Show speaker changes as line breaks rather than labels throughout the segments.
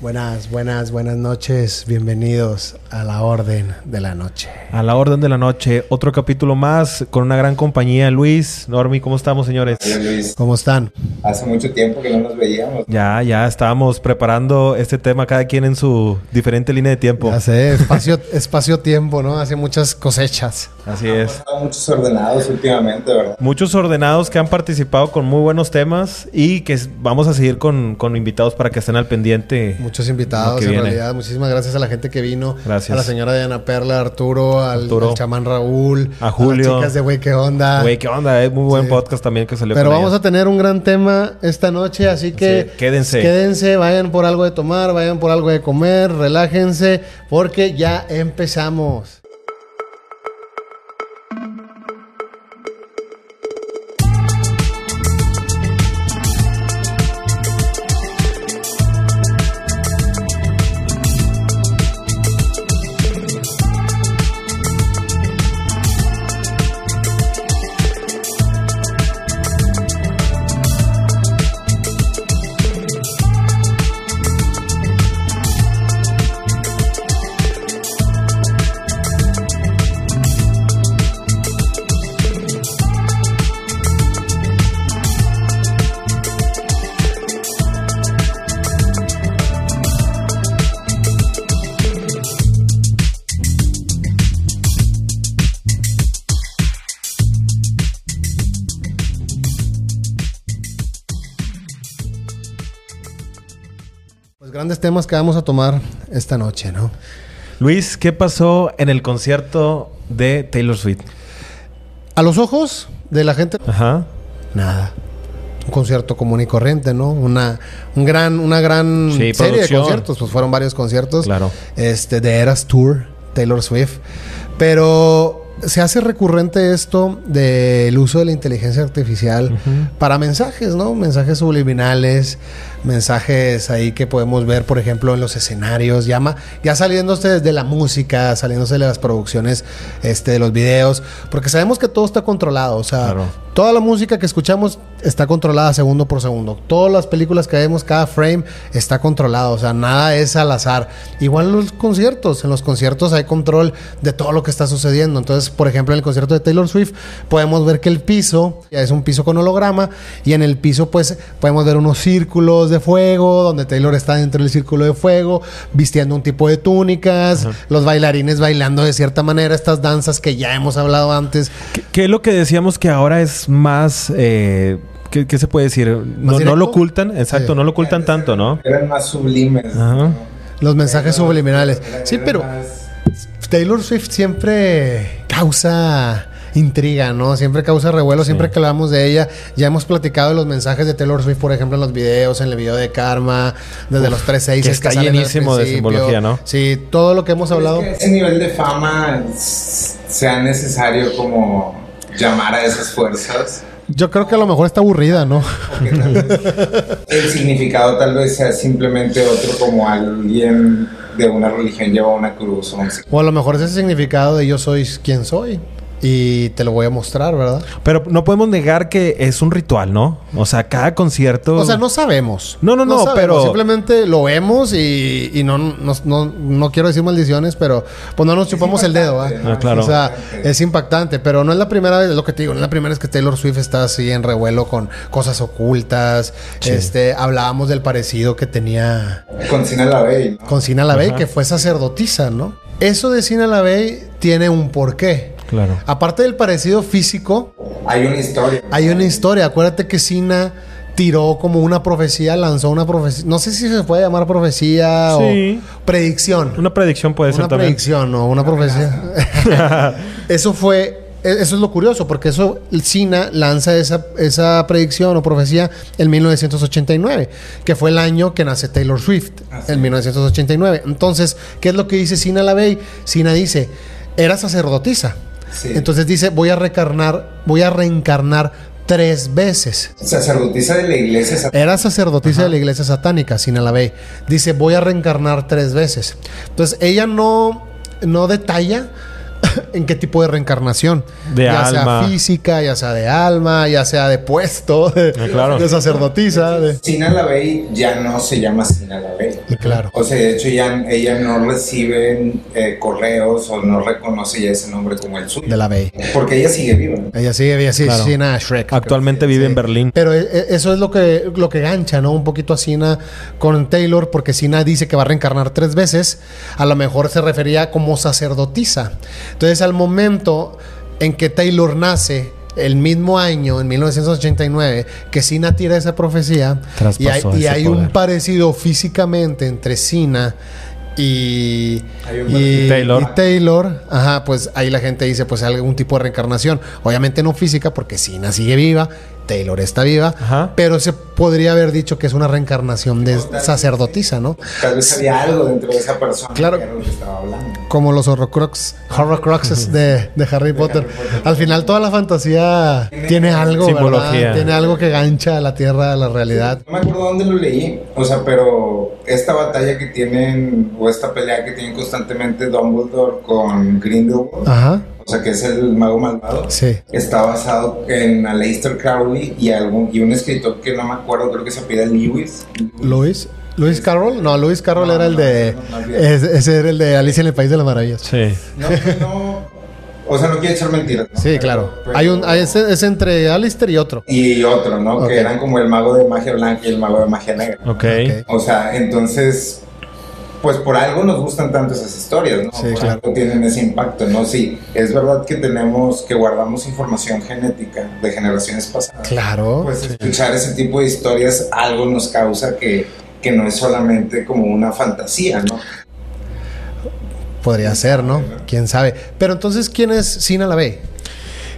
Buenas, buenas, buenas noches. Bienvenidos a la Orden de la Noche.
A la Orden de la Noche, otro capítulo más con una gran compañía. Luis, Normi, ¿cómo estamos, señores?
Hola, Luis.
¿Cómo están?
Hace mucho tiempo que no nos veíamos.
Ya, ya estábamos preparando este tema cada quien en su diferente línea de tiempo.
Ya sé, espacio, espacio tiempo, ¿no? Hace muchas cosechas.
Así es.
Están muchos ordenados últimamente, ¿verdad?
Muchos ordenados que han participado con muy buenos temas y que s- vamos a seguir con, con invitados para que estén al pendiente.
Muchos invitados,
Lo que
en
viene.
realidad. Muchísimas gracias a la gente que vino.
Gracias.
A la señora Diana Perla, Arturo, al,
Arturo.
al chamán Raúl.
A Julio.
las chicas de Güey, ¿qué onda?
Güey, qué onda, es muy buen
Sí.
podcast también que salió.
Pero vamos a tener un gran tema esta noche, así que
Sí, quédense.
quédense, vayan por algo de tomar, vayan por algo de comer, relájense, porque ya empezamos. Pues grandes temas que vamos a tomar esta noche, ¿no?
Luis, ¿qué pasó en el concierto de Taylor Swift?
A los ojos de la gente,
Ajá.
nada. Un concierto común y corriente, ¿no? Una, un gran, una gran serie
Sí,
de
producción.
conciertos. Pues fueron varios conciertos.
Claro.
Este, de Eras Tour, Taylor Swift. Pero se hace recurrente esto del uso de la inteligencia artificial para mensajes, ¿no? Mensajes subliminales, mensajes ahí que podemos ver, por ejemplo, en los escenarios, llama, ya saliéndose de la música, saliéndose de las producciones, este, de los videos, porque sabemos que todo está controlado, o sea,
Claro.
Toda la música que escuchamos está controlada segundo por segundo. Todas las películas que vemos, cada frame está controlado. O sea, nada es al azar. Igual los conciertos. En los conciertos hay control de todo lo que está sucediendo. Entonces, por ejemplo, en el concierto de Taylor Swift podemos ver que el piso ya es un piso con holograma y en el piso pues podemos ver unos círculos de fuego donde Taylor está dentro del círculo de fuego vistiendo un tipo de túnicas, los bailarines bailando de cierta manera estas danzas que ya hemos hablado antes.
¿Qué, qué es lo que decíamos que ahora es más... eh, ¿Qué, qué se puede decir? No, no
directo?
lo ocultan, exacto,
Sí.
no lo ocultan tanto, ¿no?
Eran más sublimes.
Ajá.
Los mensajes
Eran-
subliminales.
eran-
Sí,
eran
pero
más-
Taylor Swift siempre causa intriga, ¿no? Siempre causa revuelo, siempre que hablamos de ella. Ya hemos platicado de los mensajes de Taylor Swift, por ejemplo, en los videos, en el video de Karma, desde los 3 6
que está llenísimo de simbología, ¿no?
Sí, todo lo que hemos hablado.
Es que ese nivel de fama s- sea necesario como llamar a esas fuerzas.
Yo creo que a lo mejor está aburrida, ¿no?
o que tal vez el significado tal vez sea simplemente otro como alguien de una religión lleva una cruz o un
O a lo mejor es ese significado de yo soy quien soy y te lo voy a mostrar, ¿verdad?
Pero no podemos negar que es un ritual, ¿no? O sea, cada concierto...
O sea, no sabemos.
No, no, no,
sabemos,
pero-
Simplemente lo vemos y, y no, no, no, no quiero decir maldiciones, pero pues no nos chupamos el dedo,
impactante,
¿ah?
¿no? Ah, claro.
O sea, es impactante, pero no es la primera vez, lo que te digo, no es la primera vez que Taylor Swift está así en revuelo con cosas ocultas. Este, hablábamos del parecido que tenía
Con Sina la Bey, ¿no?
con Sina Lavey,
Ajá.
que fue sacerdotisa, ¿no? Eso de Sina Lavey tiene un porqué.
Claro.
Aparte del parecido físico,
Hay una historia.
hay una historia. Acuérdate que Sina tiró como una profecía, lanzó una profecía. No sé si se puede llamar profecía
Sí.
o predicción. Una,
Una predicción puede ser también.
predicción o una profecía. eso fue. e- Eso es lo curioso, porque eso Sina lanza esa, esa predicción o profecía en 1989, que fue el año que nace Taylor Swift,
Así
en 1989. Entonces, ¿qué es lo que dice Sina Lavey? Sina dice, era sacerdotisa.
Sí.
Entonces dice, voy a recarnar, voy a reencarnar tres veces.
Sacerdotisa de la iglesia. sat-
Era sacerdotisa de la iglesia satánica, Sinalabey. Dice, voy a reencarnar tres veces. Entonces ella no, no detalla en qué tipo de reencarnación.
De
ya
alma.
sea física, ya sea de alma, ya sea de puesto, de,
Ah, claro.
de sacerdotisa. de-
Sinalabey ya no se llama Sinalabey.
Claro.
O sea, de hecho ya ella no recibe eh, correos o no reconoce ya ese nombre como el suyo.
De la Bey.
Porque ella sigue viva.
Ella sigue, ella sigue,
Claro.
sí, nada, Shrek.
Actualmente vive en Berlín.
Pero e- e- eso es lo que, lo que gancha, ¿no? Un poquito a Sina con Taylor, porque Sina dice que va a reencarnar tres veces. A lo mejor se refería como sacerdotisa. Entonces, al momento en que Taylor nace, el mismo año, en 1989, que Sina tira esa profecía, y hay,
Traspasó
y
ese
hay
poder.
un parecido físicamente entre Sina y,
Hay un
y-
parecido.
Taylor.
y Taylor, ajá, pues ahí la gente dice, pues algún tipo de reencarnación. Obviamente no física, porque Sina sigue viva, Taylor está viva,
Ajá.
pero se podría haber dicho que es una reencarnación de sacerdotisa, ¿no?
Tal vez había algo dentro de esa persona
Claro.
que era lo que estaba hablando.
Como los horrocrux, horrocruxes de, de Harry Potter. Al final toda la fantasía tiene algo, ¿verdad?
Simbología.
Tiene algo que gancha a la tierra, a la realidad.
No me acuerdo dónde lo leí, o sea, pero esta batalla que tienen, o esta pelea que tienen constantemente Dumbledore con Grindelwald,
Ajá,
o sea, que es el mago malvado,
Ah. sí.
está basado en Aleister Crowley y, algún, y un escritor que no me acuerdo, creo que se pide Lewis.
Luis. Luis Carroll, no, Luis Carroll
No,
era el
no,
de.
no, no, no, no.
ese, ese era el de Alicia en el País de las Maravillas.
Sí.
No, no, o sea, no quiero echar mentiras. ¿no?
Sí,
Pero-
claro.
pero-
Hay un, hay- es, es entre Alistair y otro.
Y otro, ¿no?
Ok.
Que eran como el mago de magia blanca y el mago de magia negra.
Ok.
Ah, Ok.
O sea, entonces, pues por algo nos gustan tanto esas historias, ¿no?
Sí,
por
claro.
algo tienen ese impacto, ¿no? Sí, es verdad que tenemos, que guardamos información genética de generaciones pasadas.
Claro.
Pues escuchar ese tipo de historias algo nos causa que, que no es solamente como una fantasía, ¿no?
Podría ser, ¿no? Quién sabe. Pero entonces, ¿quién es Sina la B?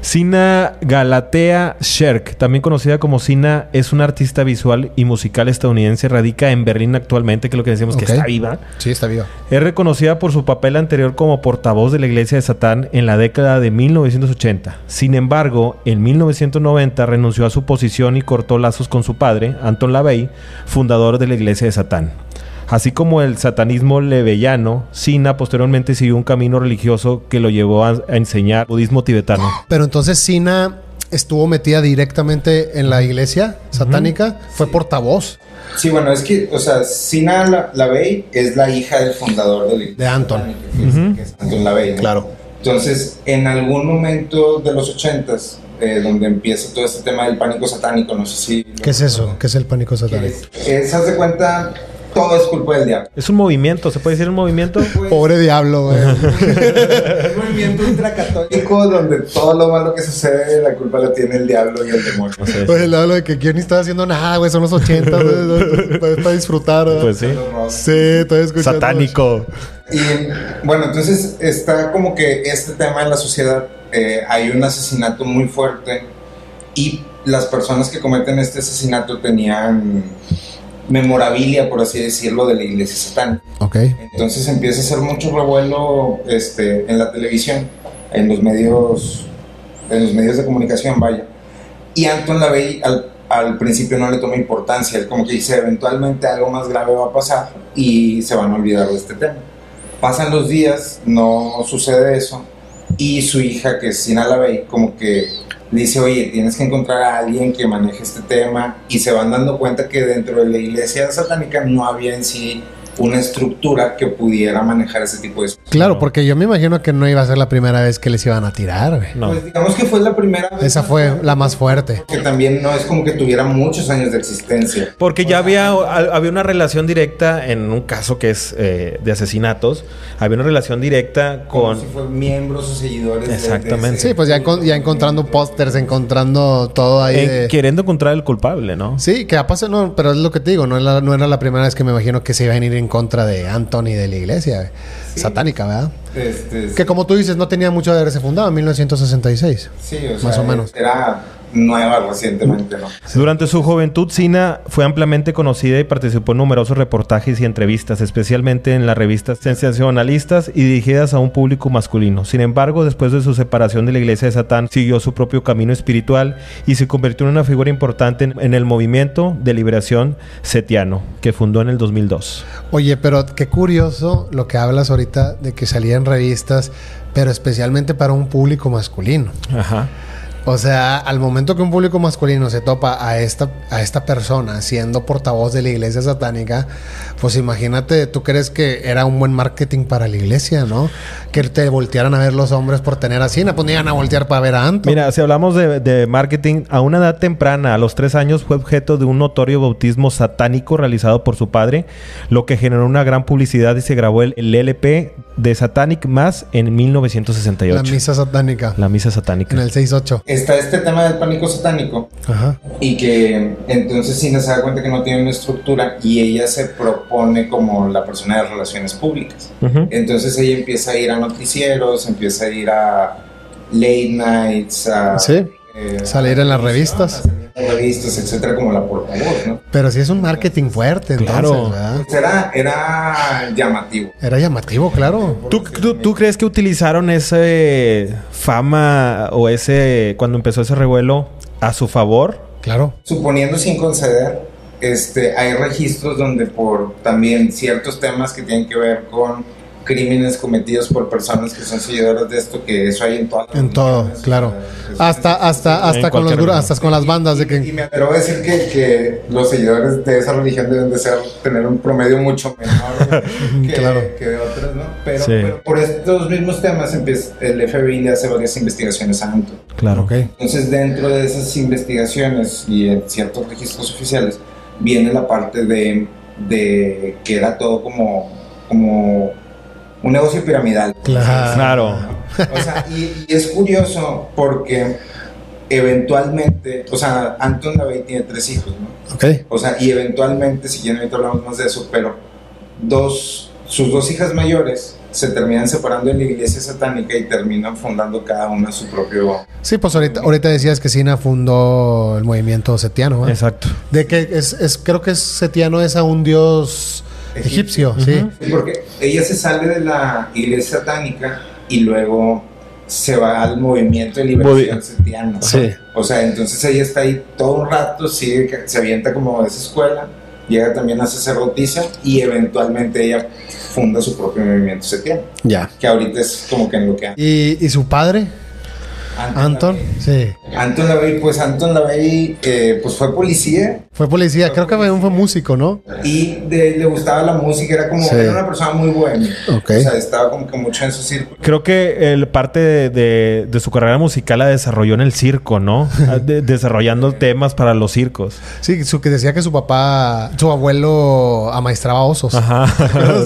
Sina Galatea Sherk, también conocida como Sina, es una artista visual y musical estadounidense, radica en Berlín actualmente, que es lo que decíamos
Ok.
que está viva.
Sí, está viva.
Es reconocida por su papel anterior como portavoz de la Iglesia de Satán en la década de 1980. Sin embargo, en 1990 renunció a su posición y cortó lazos con su padre, Anton LaVey, fundador de la Iglesia de Satán. Así como el satanismo levellano, Sina posteriormente siguió un camino religioso que lo llevó a, a enseñar budismo tibetano.
Pero entonces Sina estuvo metida directamente en la iglesia satánica. Fue portavoz
Sí, bueno, es que, o sea, Sina La- LaVey es la hija del fundador de la
de Anton.
que es- que es Anton LaVey, ¿no?
Claro.
Entonces, en algún momento de los ochentas, eh, donde empieza todo este tema del pánico satánico, no sé si...
¿Qué es eso? ¿Qué es el pánico satánico?
Es, es, haz de cuenta, todo es culpa del diablo.
Es un movimiento, ¿se puede decir un movimiento?
Pobre diablo, güey.
Un movimiento ultracatólico donde todo lo malo que sucede, la culpa la tiene el diablo y el demonio.
No sé.
Oye, el diablo de que quién estaba haciendo nada, güey. Son los 80, güey. Para- Para disfrutar, ¿verdad?
Pues sí.
Sí, estoy escuchando.
Satánico.
Y bueno, entonces está como que este tema en la sociedad, eh, hay un asesinato muy fuerte y las personas que cometen este asesinato tenían memorabilia, por así decirlo, de la iglesia satánica.
Ok.
Entonces empieza a hacer mucho revuelo este, en la televisión, en los medios, en los medios de comunicación, vaya. Y Anton LaVey al, al principio no le toma importancia, él como que dice, eventualmente algo más grave va a pasar y se van a olvidar de este tema. Pasan los días, no sucede eso, y su hija, que es Sina LaVey, como que le dice, oye, tienes que encontrar a alguien que maneje este tema, y se van dando cuenta que dentro de la iglesia satánica no había en sí una estructura que pudiera manejar ese tipo de...
Claro, porque yo me imagino que no iba a ser la primera vez que les iban a tirar, güey.
No.
Pues digamos que fue la primera vez
Esa fue la más fuerte.
que también no es como que tuviera muchos años de existencia.
Porque ya había, al- había una relación directa en un caso que es eh, de asesinatos. Había una relación directa
Como
con.
si fue miembros o seguidores. de-
Exactamente.
de ese-
Sí, pues ya, encon- ya encontrando pósters, encontrando todo ahí.
en-
de-
queriendo encontrar el culpable, ¿no?
Sí, que ha pasado, no, pero es lo que te digo, no, es la- no era la primera vez que me imagino que se iba a ir en contra de Anthony de la iglesia güey. satánica, ¿verdad?
Este,
Que como tú dices, no tenía mucho de haberse fundado en 1966.
sí, o sea,
más o menos.
Era nueva recientemente, ¿no?
Durante su juventud, Sina fue ampliamente conocida y participó en numerosos reportajes y entrevistas, especialmente en las revistas sensacionalistas y dirigidas a un público masculino. Sin embargo, después de su separación de la Iglesia de Satán, siguió su propio camino espiritual y se convirtió en una figura importante en- en el movimiento de liberación setiano, que fundó en el 2002.
Oye, pero qué curioso lo que hablas ahorita de que salía en revistas, pero especialmente para un público masculino.
Ajá.
O sea, al momento que un público masculino se topa a esta, a esta persona siendo portavoz de la iglesia satánica, pues imagínate, tú crees que era un buen marketing para la iglesia, ¿no? Que te voltearan a ver los hombres por tener a Sina, pues no iban a voltear para ver a Anto.
Mira, si hablamos de, de marketing, a una edad temprana, a los tres años, fue objeto de un notorio bautismo satánico realizado por su padre, lo que generó una gran publicidad y se grabó el, el LP de Satanic Mass en
la
1968.
misa satánica
La misa satánica.
en el 6-8.
Está este tema del pánico satánico
Ajá.
y que entonces Sina se da cuenta que no tiene una estructura y ella se propone como la persona de relaciones públicas.
Ujú.
Entonces ella empieza a ir a noticieros, empieza a ir a late nights, a
Sí,
eh,
salir en las revistas.
en revistas, etcétera, como la portavoz, ¿no? Pues
Pero sí es un marketing fuerte, entonces,
Claro.
¿verdad?
Era, era llamativo.
Era llamativo, claro.
¿Tú, tú, tú crees que utilizaron ese fama o ese, cuando empezó ese revuelo, a su favor?
Claro.
Suponiendo sin conceder, este, hay registros donde por también ciertos temas que tienen que ver con crímenes cometidos por personas que son seguidoras de esto, que eso hay en todas las
En todo,
religiones,
claro.
o sea,
Hasta, hasta,
En
hasta con los
cualquier
gru-
lugar.
hasta con las bandas de
Y
que.
me atrevo a decir que, que los seguidores de esa religión deben de ser, tener un promedio mucho menor que,
Claro.
que de otras, ¿no? Pero,
Sí.
pero por estos mismos temas empieza- el FBI le hace varias investigaciones a Anton.
Claro.
Ok.
Entonces, dentro de esas investigaciones y en ciertos registros oficiales, viene la parte de, de que era todo como, como un negocio piramidal.
Claro.
Claro.
O sea, y, y es curioso porque eventualmente, o sea, Anton Lavey tiene tres hijos, ¿no?
Ok.
O sea, y eventualmente, si quieren, ahorita hablamos más de eso, pero dos, sus dos hijas mayores se terminan separando en la iglesia satánica y terminan fundando cada una su propio
Sí, pues ahorita, ahorita decías que Sina fundó el movimiento setiano, ¿va?
Exacto.
De que es, es- creo que es- setiano es a un dios egipcio,
Egipcio.
sí.
Sí, porque ella se sale de la iglesia satánica y luego se va al movimiento de liberación setiano.
Sí.
O sea, entonces ella está ahí todo un rato, sigue, ca- se avienta como a esa escuela, llega también a sacerdotisa y eventualmente ella funda su propio movimiento setiano,
Ya.
que ahorita es como que en lo que
¿Y, y su padre, Anton, sí.
Anton Lavey, pues Anton Lavey eh, pues fue policía
Fue policía, creo que también fue músico, ¿no?
y de- le gustaba la música, era como
Sí.
era una persona muy buena.
Ok.
O sea, estaba como que mucho en su círculo.
Creo que el parte de, de- de su carrera musical la desarrolló en el circo, ¿no? Ah, de- desarrollando temas para los circos.
Sí, su, que decía que su papá, su abuelo amaestraba osos.
Ajá.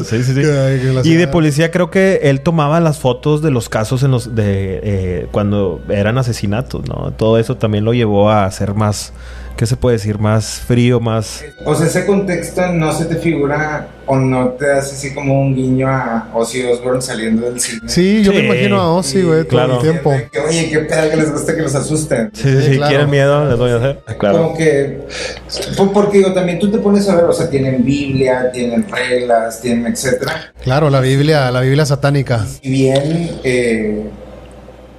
sí, sí, sí.
Que- que la
Y de
ciudad-
policía creo que él tomaba las fotos de los casos en los de eh, cuando eran asesinatos, ¿no? Todo eso también lo llevó a ser más, ¿qué se puede decir? Más frío, más.
O sea, ese contexto no se te figura o no te hace así como un guiño a Ozzy Osbourne saliendo del cine.
Sí, yo me
Sí.
imagino a Ozzy, güey, todo
Claro.
el tiempo.
Que, oye, qué pedo que les gusta que los asusten.
Sí, sí,
Sí,
sí.
claro.
Quieren miedo, les voy a hacer.
Como que, pues, porque digo, también tú te pones a ver, o sea, tienen Biblia, tienen reglas, tienen etcétera.
Claro, la Biblia, la Biblia satánica.
Y bien, eh,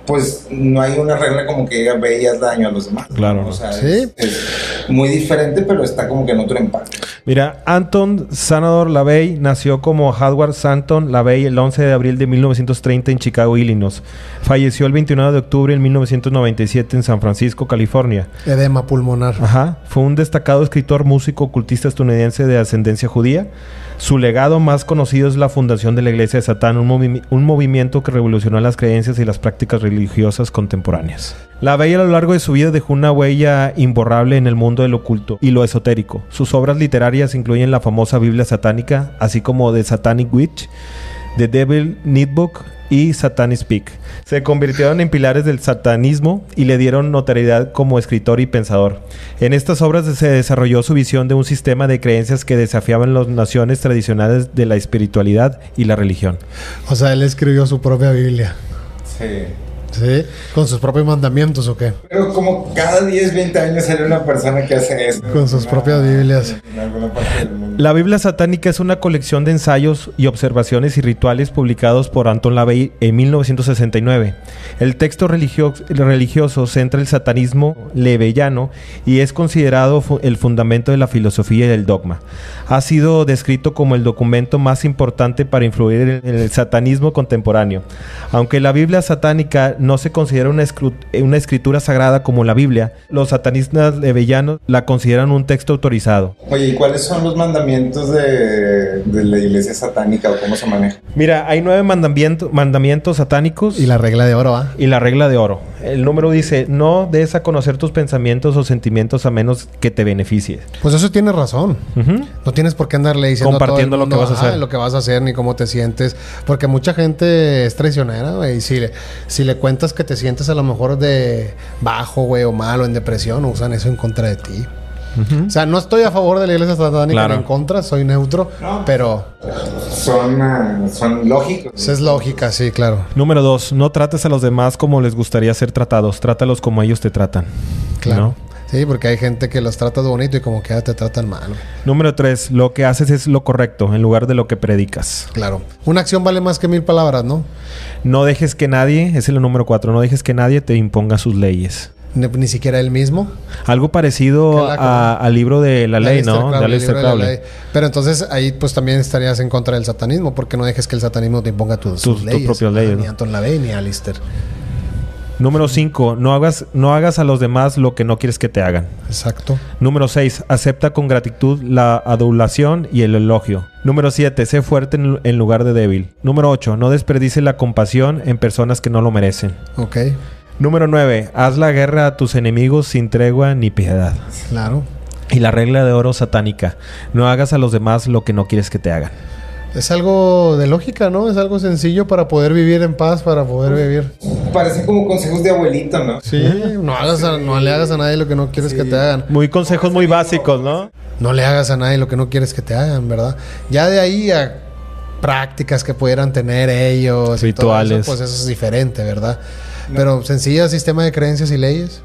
pues no hay una regla como que diga ve y haz daño a los demás.
Claro,
O sea,
Sí.
es, es muy diferente, pero está como que en otro empate.
Mira, Anton Sanador LaVey nació como Howard Santon LaVey el 11 de abril de 1930 en Chicago, Illinois. Falleció el 29 de octubre de 1997 en San Francisco, California.
Edema pulmonar.
Ajá. Fue un destacado escritor, músico, ocultista estadounidense de ascendencia judía. Su legado más conocido es la fundación de la Iglesia de Satán, un, movi- un movimiento que revolucionó las creencias y las prácticas religiosas contemporáneas. La Bella a lo largo de su vida dejó una huella imborrable en el mundo del oculto y lo esotérico. Sus obras literarias incluyen la famosa Biblia satánica, así como The Satanic Witch, The Devil Nitebook y Satan Speak. Se convirtieron en pilares del satanismo y le dieron notoriedad como escritor y pensador. En estas obras se desarrolló su visión de un sistema de creencias que desafiaban las naciones tradicionales de la espiritualidad y la religión.
O sea, él escribió su propia Biblia.
Sí.
Sí, con sus propios mandamientos o qué.
Pero como cada 10, 20 años sale una persona que hace eso.
Con sus
Una-
propias Biblias.
En alguna parte del mundo.
La Biblia satánica es una colección de ensayos y observaciones y rituales publicados por Anton LaVey en 1969. El texto religio- religioso centra el satanismo levellano y es considerado fu- el fundamento de la filosofía y del dogma. Ha sido descrito como el documento más importante para influir en el satanismo contemporáneo. Aunque la Biblia satánica no se considera una, escru- una escritura sagrada como la Biblia, los satanistas levellanos la consideran un texto autorizado.
Oye, ¿y cuáles son los mandamientos de, de la iglesia satánica o cómo se maneja?
Mira, hay nueve mandamiento- mandamientos satánicos
Y la regla de oro, ¿ah?
y la regla de oro. El número dice, no des a conocer tus pensamientos o sentimientos a menos que te beneficie.
Pues eso tienes razón.
Ujú.
No tienes por qué andarle diciendo
Compartiendo
a todo el
lo que
mundo,
vas a
"Ah,
hacer".
lo que vas a hacer ni cómo te sientes, porque mucha gente es traicionera, güey, y si le, si le cuentas que te sientes a lo mejor de bajo, güey, o mal o en depresión, usan eso en contra de ti. O sea, no estoy a favor de la iglesia satánica
Claro.
ni en contra, soy neutro,
No.
pero
Son, ah, son lógicos.
eso es lógica, sí, claro,
Número dos, no trates a los demás como les gustaría ser tratados. Trátalos como ellos te tratan.
claro.
¿No?
Sí, porque hay gente que los trata bonito y como que te tratan mal, güey.
Número tres, lo que haces es lo correcto en lugar de lo que predicas.
claro. Una acción vale más que mil palabras, ¿no?
No dejes que nadie, ese es el número cuatro, no dejes que nadie te imponga sus leyes.
Ni, ni siquiera él mismo.
Algo
Qué
parecido
laco.
a- al libro de la ley,
Aleister
¿no?
Crowley,
de
el
Aleister
libro de la
Crowley.
ley. Pero entonces ahí pues también estarías en contra del satanismo, porque no dejes que el satanismo te imponga tus,
Tus-
sus
tus
leyes.
propias
Ah,
leyes,
Ni
¿no?
Anton LaVey ni Alistair.
Número 5. No hagas, no hagas a los demás lo que no quieres que te hagan.
Exacto.
Número 6. Acepta con gratitud la adulación y el elogio. Número 7. Sé fuerte en, en lugar de débil. Número 8. No desperdices la compasión en personas que no lo merecen.
Ok,
Número 9. Haz la guerra a tus enemigos sin tregua ni piedad.
claro.
Y la regla de oro satánica. No hagas a los demás lo que no quieres que te hagan.
Es algo de lógica, ¿no? Es algo sencillo para poder vivir en paz, para poder vivir.
Parecen como consejos de abuelito, ¿no?
Sí, no, hagas a- no le hagas a nadie lo que no quieres que te hagan.
Muy consejos muy básicos, ¿no?
No le hagas a nadie lo que no quieres que te hagan, ¿verdad? Ya de ahí a prácticas que pudieran tener ellos, y todo eso,
Rituales.
pues eso es diferente, ¿verdad? Pero sencilla sistema de creencias y leyes.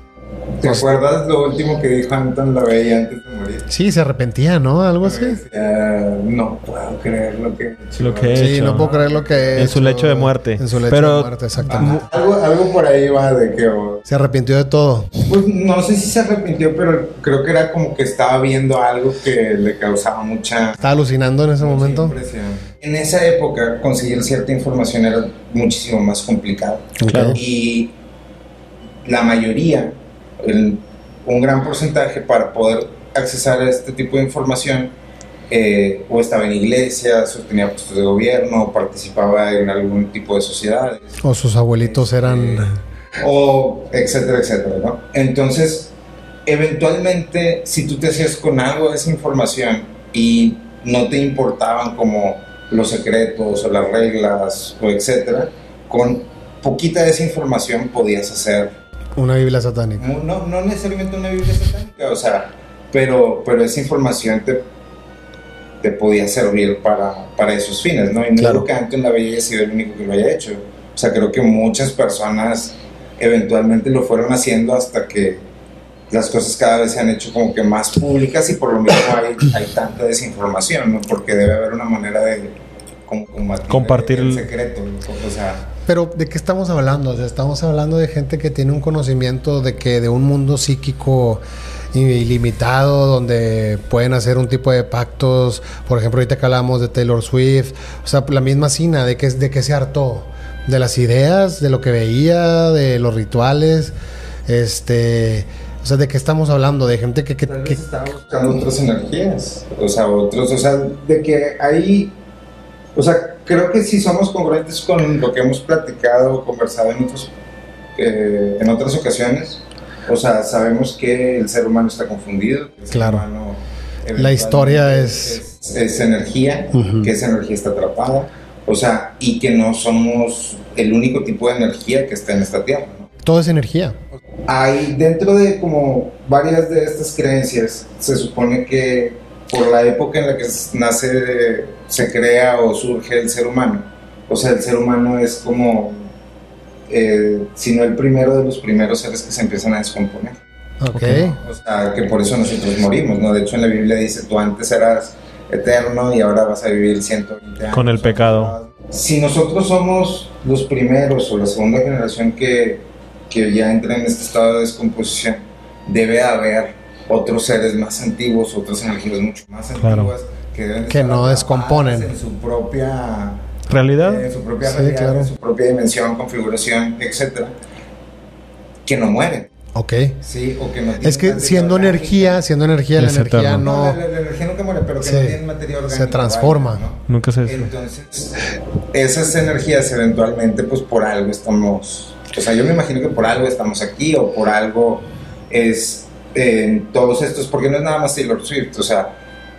¿Te
Pues-
acuerdas lo último que dijo Anton LaVey antes de morir?
Sí, se arrepentía, ¿no? Algo así.
Decía, no puedo creer lo que...
Lo que-
Sí,
hecho.
no puedo creer lo que he
En su
hecho.
lecho de muerte.
En su lecho
Pero-
de muerte, exactamente.
Algo, algo por ahí va de que... oh,
Se arrepintió de todo.
Pues no sé si se arrepintió, pero creo que era como que estaba viendo algo que le causaba mucha
Estaba alucinando en ese momento.
impresión. En esa época conseguir cierta información era muchísimo más complicado.
Claro.
Y la mayoría, el- un gran porcentaje para poder accesar a este tipo de información, eh, o estaba en iglesias, o tenía puestos de gobierno, o participaba en algún tipo de sociedades
O sus abuelitos eran.
o etcétera, etcétera, ¿no? Entonces, eventualmente, si tú te hacías con algo de esa información y no te importaban como los secretos o las reglas o etcétera, con poquita de esa información podías hacer,
Una Biblia satánica.
mu- no, no necesariamente una Biblia satánica, o sea, pero, pero esa información te, te podía servir para, para esos fines, ¿no? Y no
Claro.
creo que Anton la haya sido el único que lo haya hecho. O sea, creo que muchas personas eventualmente lo fueron haciendo hasta que las cosas cada vez se han hecho como que más públicas y por lo mismo hay, hay tanta desinformación, ¿no? Porque debe haber una manera de como combatir
Compartir
el,
el-
secreto, ¿no? o sea,
Pero, ¿de qué estamos hablando? O sea, estamos hablando de gente que tiene un conocimiento de que de un mundo psíquico ilimitado, donde pueden hacer un tipo de pactos. Por ejemplo, ahorita que hablamos de Taylor Swift. O sea, la misma Sina, ¿de qué, de qué se hartó? De las ideas, de lo que veía, de los rituales. Este. O sea, ¿de qué estamos hablando? De gente que. que-
Tal
que-
vez estaba buscando otras energías, o sea, otros, o sea, de que ahí, o sea, creo que si somos congruentes con lo que hemos platicado o conversado en, otros, eh, en otras ocasiones, o sea, sabemos que el ser humano está confundido. que el ser
Claro.
humano
La historia
eventualmente es... es energía,
Ujú.
que esa energía está atrapada, o sea, y que no somos el único tipo de energía que está en esta tierra, ¿no?
todo es energía.
Hay dentro de como varias de estas creencias, se supone que por la época en la que s- nace, se crea o surge el ser humano. O sea, el ser humano es como eh, sino el primero de los primeros seres que se empiezan a descomponer.
Ok.
O sea, que por eso nosotros morimos, ¿no? De hecho, en la Biblia dice, tú antes eras eterno y ahora vas a vivir 120 años.
Con el pecado.
Si nosotros somos los primeros o la segunda generación que, que ya entra en este estado de descomposición, debe haber otros seres más antiguos, otras energías mucho más
Claro.
antiguas que deben de
Que
estar
no
atrapadas
descomponen.
En su propia
¿Realidad?
en su propia
Sí,
realidad,
claro.
en su propia dimensión, configuración, etcétera, que no mueren,
Ok.
¿sí? O que no tienen
Es que
materia
siendo
orgánica.
energía, siendo energía, la
Es
energía
eterno.
no.
No, la, la- la energía nunca muere, pero que
Sí.
no tienen materia orgánica.
Se transforma.
vaya, ¿no?
Nunca se
Entonces, esas energías eventualmente, pues por algo estamos. O sea, yo me imagino que por algo estamos aquí o por algo es en todos estos, porque no es nada más Taylor Swift. O sea,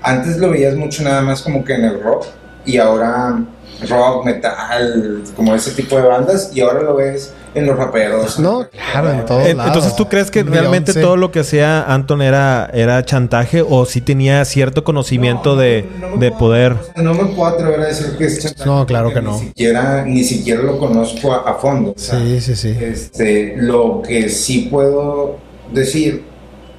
antes lo veías mucho nada más como que en el rock y ahora rock, metal, como ese tipo de bandas, y ahora lo ves en los raperos.
No, claro, en todos
Eh,
lados.
Entonces, ¿tú crees que
Beyoncé.
realmente todo lo que hacía Anton era, era chantaje o si tenía cierto conocimiento
No,
de,
no me
de
puedo-
poder?
o sea, No me puedo atrever a decir que es chantaje,
No, claro
porque
que no.
Ni siquiera, ni siquiera lo conozco a, a fondo. o sea,
Sí, sí, sí.
Este, lo que sí puedo decir,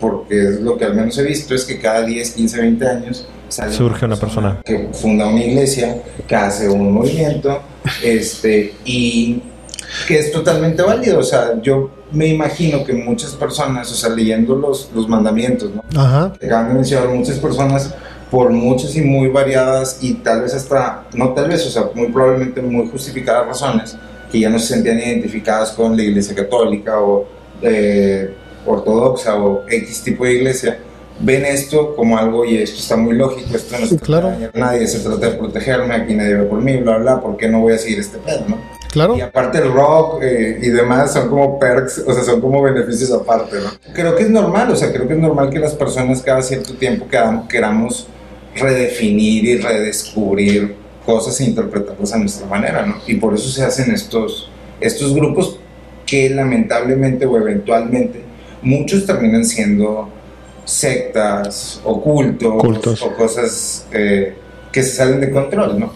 porque es lo que al menos he visto, es que cada 10, 15, 20 años sale
Surge una persona.
que funda una iglesia, que hace un movimiento, este, y que es totalmente válido. O sea, yo me imagino que muchas personas, o sea, leyendo los, los mandamientos, ¿no?
Ajá.
que acaban de mencionar muchas personas por muchas y muy variadas y tal vez hasta, no tal vez, o sea, muy probablemente muy justificadas razones que ya no se sentían identificadas con la iglesia católica o eh, ortodoxa o X tipo de iglesia, ven esto como algo y esto está muy lógico, esto no
Sí,
se trata
claro.
de dañar a nadie, se trata de protegerme, aquí nadie ve por mí, bla, bla, ¿por qué no voy a seguir este pedo, no?
Claro.
Y aparte el rock eh, y demás son como perks, o sea, son como beneficios aparte, ¿no? Creo que es normal, o sea, creo que es normal que las personas cada cierto tiempo queram- queramos redefinir y redescubrir cosas e interpretarlas a nuestra manera, ¿no? Y por eso se hacen estos, estos grupos que lamentablemente o eventualmente muchos terminan siendo sectas o cultos,
Cultos.
o cosas eh, que se salen de control, ¿no?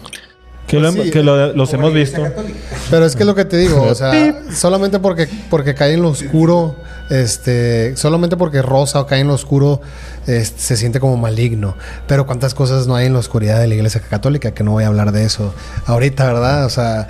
Que,
Pues
lo-
sí.
que lo- los
Como
hemos
la Iglesia
visto.
Católica.
Pero es que lo que te digo, o sea, solamente porque, porque cae en lo oscuro, este, solamente porque rosa o cae en lo oscuro, este, se siente como maligno. Pero cuántas cosas no hay en la oscuridad de la iglesia católica, que no voy a hablar de eso ahorita, ¿verdad? O sea,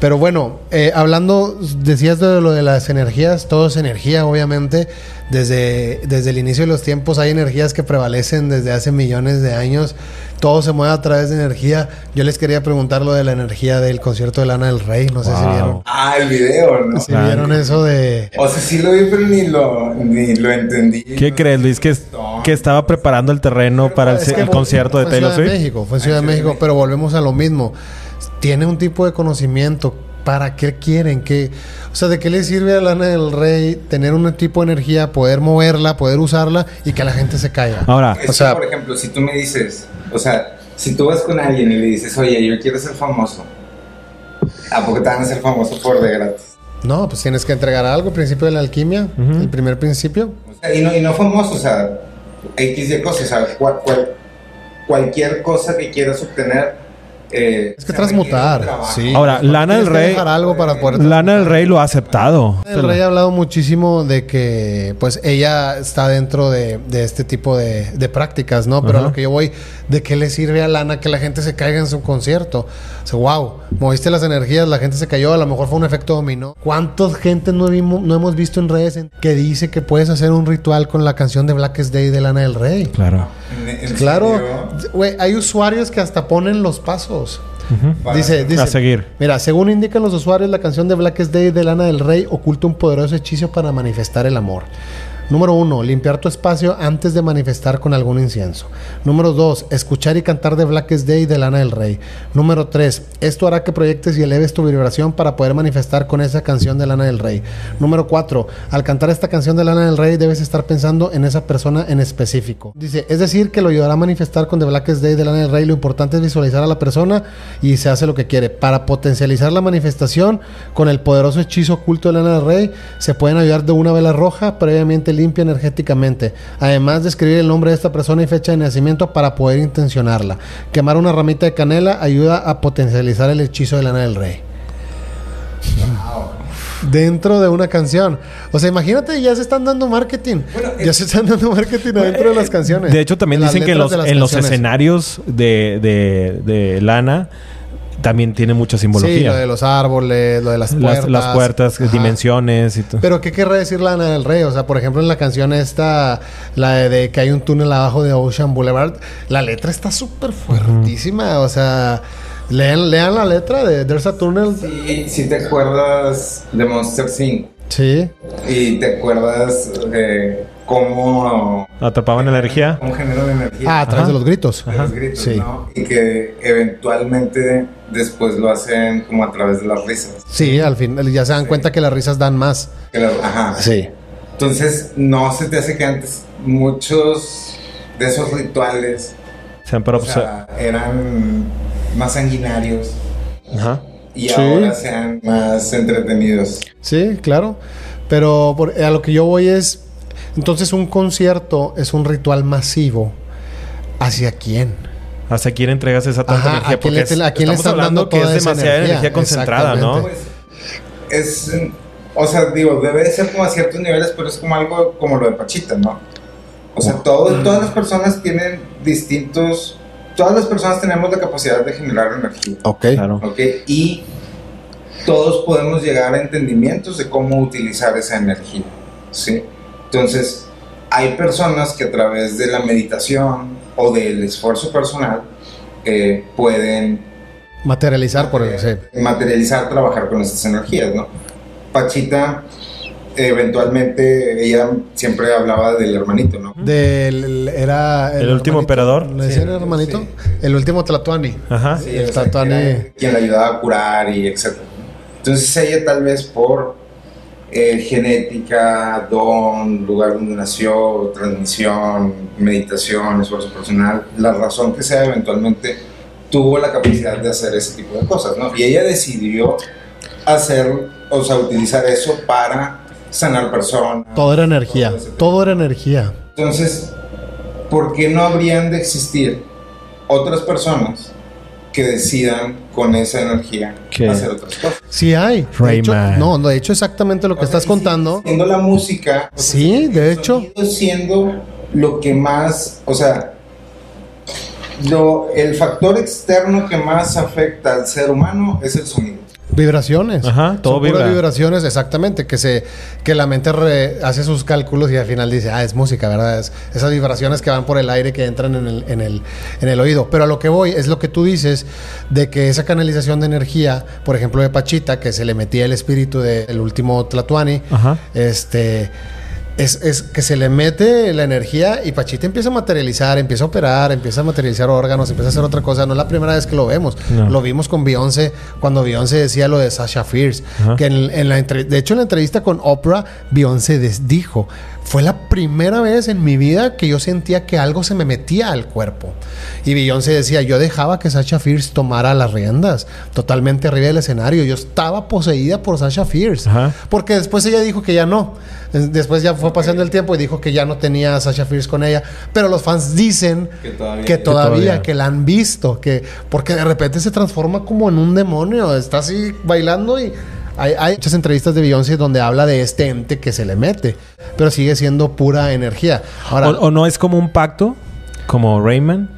pero bueno, eh, hablando, decías de lo de las energías, todo es energía, obviamente. Desde, desde el inicio de los tiempos hay energías que prevalecen desde hace millones de años. Todo se mueve a través de energía. Yo les quería preguntar lo de la energía del concierto de Lana del Rey. No sé si
Wow.
vieron,
Ah, el video, ¿no?
si vieron eso de...
O sea, sí lo vi, pero ni lo, ni lo entendí.
¿Qué crees, Luis? Que, que estaba preparando el terreno para el,
Es
se-
que
el
fue-
concierto de
fue en
Taylor
Ciudad
Swift.
México, fue en Ciudad de
Ciudad de
México,
México.
pero volvemos a lo mismo. Tiene un tipo de conocimiento. ¿Para qué quieren? ¿Qué, o sea, ¿de qué le sirve a Lana del Rey tener un tipo de energía, poder moverla, poder usarla y que la gente se caiga?
Ahora,
Es
O
que,
sea-
por ejemplo, si tú me dices, o sea, si tú vas con alguien y le dices, oye, yo quiero ser famoso, ¿a poco te van a ser famoso por de gratis?
No, pues tienes que entregar algo, principio de la alquimia,
Ujú.
el primer principio.
O sea, y, no, y no famoso, o sea, X y cosas, o sea, cual- cual- cualquier cosa que quieras obtener. eh,
Es que
se
transmutar,
requiere un trabajo.
sí.
Ahora, Lana del
Tienes que
Rey-
dejar algo para poder
Lana del Rey lo ha aceptado.
El rey ha hablado muchísimo de que pues ella está dentro de, de este tipo de, de prácticas, ¿no? Pero a
Ajá.
lo que yo voy, ¿de qué le sirve a Lana que la gente se caiga en su concierto? O sea, wow, moviste las energías, la gente se cayó, a lo mejor fue un efecto dominó. ¿Cuántos gente no, vimos- no hemos visto en redes en- que dice que puedes hacer un ritual con la canción de Blackest Day de Lana del Rey?
Claro.
En- en
Claro,
serio,
güey, hay usuarios que hasta ponen los pasos.
para-
Dice, dice,
A seguir.
Mira, según indican los usuarios, la canción de Blackest Day de Lana del Rey oculta un poderoso hechizo para manifestar el amor. Número 1. Limpiar tu espacio antes de manifestar con algún incienso. Número 2. Escuchar y cantar de Blackest Day de Lana del Rey. Número 3. Esto hará que proyectes y eleves tu vibración para poder manifestar con esa canción de Lana del Rey. Número 4. Al cantar esta canción de Lana del Rey debes estar pensando en esa persona en específico. Dice, es decir, que lo ayudará a manifestar con The Blackest Day de Lana del Rey. Lo importante es visualizar a la persona y se hace lo que quiere. Para potencializar la manifestación con el poderoso hechizo oculto de Lana del Rey, se pueden ayudar de una vela roja previamente limpia energéticamente. Además de escribir el nombre de esta persona y fecha de nacimiento para poder intencionarla. Quemar una ramita de canela ayuda a potencializar el hechizo de Lana del Rey. dentro de una canción. O sea, imagínate, ya se están dando marketing.
Bueno,
ya
eh,
se están dando marketing adentro de las canciones.
De hecho, también
De las
dicen que en
letras de
los,
las
en los
canciones.
escenarios de, de- de lana también tiene mucha simbología.
Sí, lo de los árboles, lo de las
las,
puertas.
las puertas,
Ajá.
dimensiones y todo.
Pero ¿qué querrá decir Lana del Rey? O sea, por ejemplo, en la canción esta, la de, de que hay un túnel abajo de Ocean Boulevard, la letra está súper fuertísima. O sea, lean, lean la letra de There's a Tunnel. Sí.
Y si te acuerdas de Monster Inc. y te acuerdas de cómo
Atrapaban la energía.
un género de energía.
Ah, a través
Ajá.
de los gritos.
de los gritos,
Sí.
¿no? Y que eventualmente después lo hacen como a través de las risas.
Sí, al fin ya se dan cuenta que las risas dan más.
Que las- ajá.
Sí.
Entonces, no se te hace que antes muchos de esos rituales
Se han pues, pero-
o sea, eran más sanguinarios
Ajá.
y
Sí.
ahora sean más entretenidos.
Sí, claro. Pero por- a lo que yo voy es, entonces un concierto es un ritual masivo. ¿Hacia quién?
¿Hasta quién entregas esa tanta
Ajá, ¿a
energía?
quién le-
es-
a quién le
estamos
están
hablando
dando
que
toda
es
esa
demasiada energía,
energía?
concentrada, ¿no?
Exactamente.
Pues, Es, o sea, digo, debe de ser como a ciertos niveles, pero es como algo como lo de Pachita, ¿no? O sea, todo- todas las personas tienen distintos, todas las personas tenemos la capacidad de generar energía,
Ok.
Claro.
¿ok? Y todos podemos llegar a entendimientos de cómo utilizar esa energía, ¿sí? Entonces, hay personas que a través de la meditación o del esfuerzo personal eh, pueden
Materializar por el... sí.
Eh, materializar, trabajar con estas energías, ¿no? Pachita, eventualmente, ella siempre hablaba del hermanito, ¿no?
Del, era
¿El último emperador?
¿Le decían
Sí,
el hermanito?
sí.
El último Tlatuani.
Ajá.
Sí,
el
o sea,
Tatuani.
era Quien la ayudaba a curar y etcétera. Entonces ella tal vez por eh, genética, don, lugar donde nació, transmisión, meditación, esfuerzo personal, la razón que sea eventualmente tuvo la capacidad de hacer ese tipo de cosas, ¿no? Y ella decidió hacer, o sea, utilizar eso para sanar personas.
Todo era energía.
Todo ese tema.
Todo era energía.
Entonces, ¿por qué no habrían de existir otras personas que decidan con esa energía
¿Qué?
hacer otras cosas?
Sí hay. De hecho,
Rayman.
no, no, de hecho exactamente lo que estás contando.
Siendo la música. o sea,
Sí, de
el
hecho.
sonido Siendo lo que más, o sea, lo, el factor externo que más afecta al ser humano es el sonido.
Vibraciones.
Ajá, todo
Son puras
vibra.
vibraciones, exactamente. Que se, que la mente re- hace sus cálculos y al final dice, ah, es música, ¿verdad? Es- esas vibraciones que van por el aire que entran en el, en el, en el oído. Pero a lo que voy es lo que tú dices de que esa canalización de energía, por ejemplo, de Pachita, que se le metía el espíritu del último Tlatuani,
Ajá.
este. Es, es que se le mete la energía y Pachita empieza a materializar, empieza a operar, empieza a materializar órganos, empieza a hacer otra cosa. No es la primera vez que lo vemos.
No.
Lo vimos con Beyoncé cuando Beyoncé decía lo de Sasha Fierce.
Ajá.
Que en, en la entre- de hecho, en la entrevista con Oprah, Beyoncé des- dijo: Fue la primera vez en mi vida que yo sentía que algo se me metía al cuerpo. Y Beyoncé decía: Yo dejaba que Sasha Fierce tomara las riendas totalmente arriba del escenario. Yo estaba poseída por Sasha Fierce.
Ajá.
Porque después ella dijo que ya no. Es- Después ya fue pasando el tiempo y dijo que ya no tenía a Sasha Fierce con ella. Pero los fans dicen
Que todavía-
que
Que
todavía,
todavía.
que la han visto, que porque de repente se transforma como en un demonio, está así bailando y hay, hay muchas entrevistas de Beyoncé donde habla de este ente que se le mete, pero sigue siendo pura energía. Ahora,
O, o no es como un pacto, como Rayman.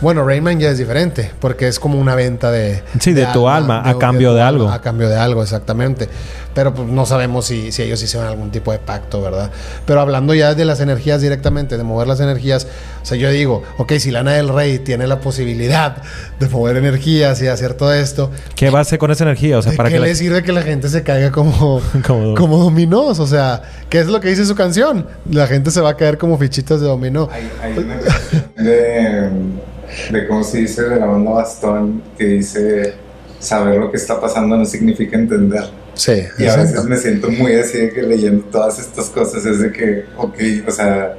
bueno, Rayman ya es diferente porque es como una venta de
Sí, de tu alma, a cambio
tu
de
alma,
algo.
a cambio de algo exactamente, pero pues, no sabemos si, si ellos hicieron algún tipo de pacto, ¿verdad? Pero hablando ya de las energías directamente, de mover las energías, o sea, yo digo, ok, si Lana del Rey tiene la posibilidad de mover energías y hacer todo esto,
¿Qué va a hacer con esa energía? O sea,
¿De
para
qué
que la-
le sirve que la gente se caiga como,
Como-
como, dominós? O sea, ¿qué es lo que dice su canción? La gente se va a caer como fichitas de dominó.
Hay, hay una canción de, de cómo se dice de la banda Bastón que dice saber lo que está pasando no significa entender.
Sí,
Y a
exacto.
veces me siento muy así de que leyendo todas estas cosas es de que, ok, o sea,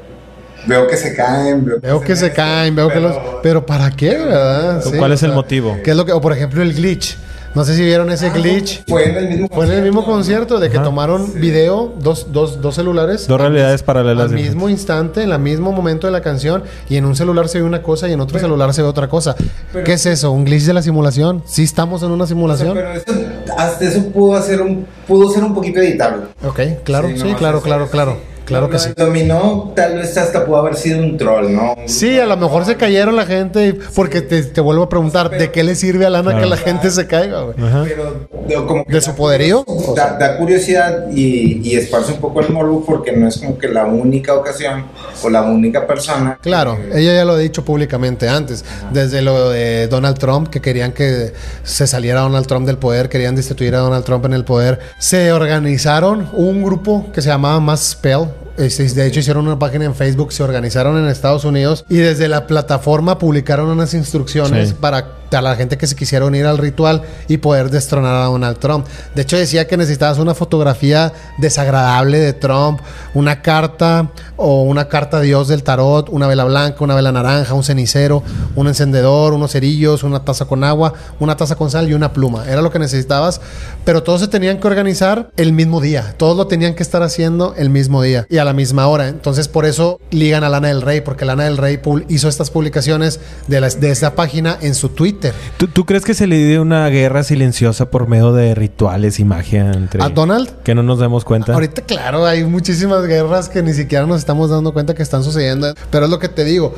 veo que se caen, veo,
Veo que se
mezclan,
caen, veo que los... Pero ¿para qué, verdad? Sí,
¿Cuál
o
es el
sea,
motivo? Ah,
¿Qué es lo que... O por ejemplo el glitch. No sé si vieron ese glitch.
Fue en el mismo
Fue en el mismo concierto de que
Ajá.
tomaron video, dos, dos, dos celulares.
Dos realidades paralelas.
Al mismo instante, en el mismo momento de la canción, y en un celular se ve una cosa y en otro celular se ve otra cosa.
pero-
¿Qué es eso? ¿Un glitch de la simulación? ¿Sí estamos en una simulación?
Pero eso, hasta eso pudo, hacer un, pudo ser un poquito editable.
ok, claro, sí,
Sí, nomás
claro,
eso,
claro,
sí.
claro. Claro que sí.
Dominó, tal vez hasta pudo haber sido un troll, ¿no?
Sí, a lo mejor se cayeron la gente, y- porque te, te vuelvo a preguntar, ¿de qué le sirve a Lana que
Claro.
la gente se caiga? güey?
Ajá.
Pero de, como que
¿De su poderío?
da, da curiosidad y, y esparce un poco el morbo porque no es como que la única ocasión o la única persona. que-
Claro, ella ya lo ha dicho públicamente antes, desde lo de Donald Trump, que querían que se saliera Donald Trump del poder, querían destituir a Donald Trump en el poder. Se organizaron un grupo que se llamaba Más Spell. este, De hecho, hicieron una página en Facebook, se organizaron en Estados Unidos y desde la plataforma publicaron unas instrucciones
Sí.
para a la gente que se quisiera unir al ritual y poder destronar a Donald Trump. De hecho, decía que necesitabas una fotografía desagradable de Trump, una carta o una carta a Dios del tarot, una vela blanca, una vela naranja, un cenicero, un encendedor, unos cerillos, una taza con agua, una taza con sal y una pluma. Era lo que necesitabas, pero todos se tenían que organizar el mismo día. Todos lo tenían que estar haciendo el mismo día y a la misma hora. Entonces, por eso ligan a Lana del Rey, porque Lana del Rey pul- hizo estas publicaciones de, las, de esta página en su Twitter.
¿Tú, tú crees que se le dio una guerra silenciosa por medio de rituales y magia entre...
¿A Donald?
Que no nos demos cuenta.
Ahorita, claro, hay muchísimas guerras que ni siquiera nos estamos dando cuenta que están sucediendo. Pero es lo que te digo.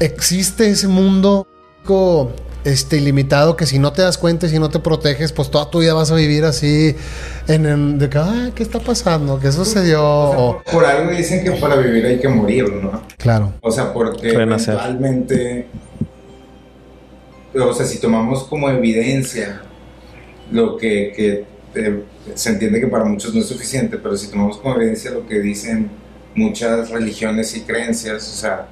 Existe ese mundo co- este, ilimitado que si no te das cuenta y si no te proteges, pues toda tu vida vas a vivir así en, en- de que, "Ah, ¿qué está pasando? ¿Qué sucedió? O-
Por, por algo dicen que para vivir hay que morir, ¿no?
claro.
O sea, porque
Renacer.
realmente, o sea, si tomamos como evidencia lo que, que, eh, se entiende que para muchos no es suficiente, pero si tomamos como evidencia lo que dicen muchas religiones y creencias, o sea,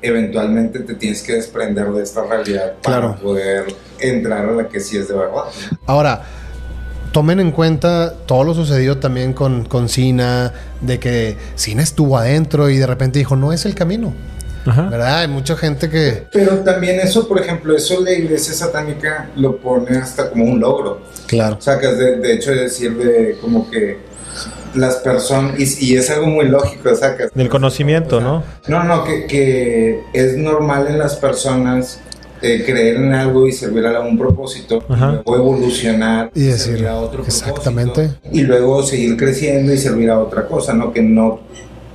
eventualmente te tienes que desprender de esta realidad para
Claro.
poder entrar a la que sí es de verdad.
Ahora, tomen en cuenta todo lo sucedido también con, con Sina, de que Sina estuvo adentro y de repente dijo, no es el camino.
Ajá.
¿Verdad? Hay mucha gente que...
Pero también eso, por ejemplo, eso la iglesia satánica lo pone hasta como un logro.
Claro.
sacas de, de hecho de decir de como que las personas y, y es algo muy lógico sacas
Del conocimiento, ¿no?
no no que, que es normal en las personas eh, creer en algo y servir a un propósito
Ajá.
o evolucionar
Y decir,
servir a otro propósito,
exactamente.
y luego seguir creciendo y servir a otra cosa no que no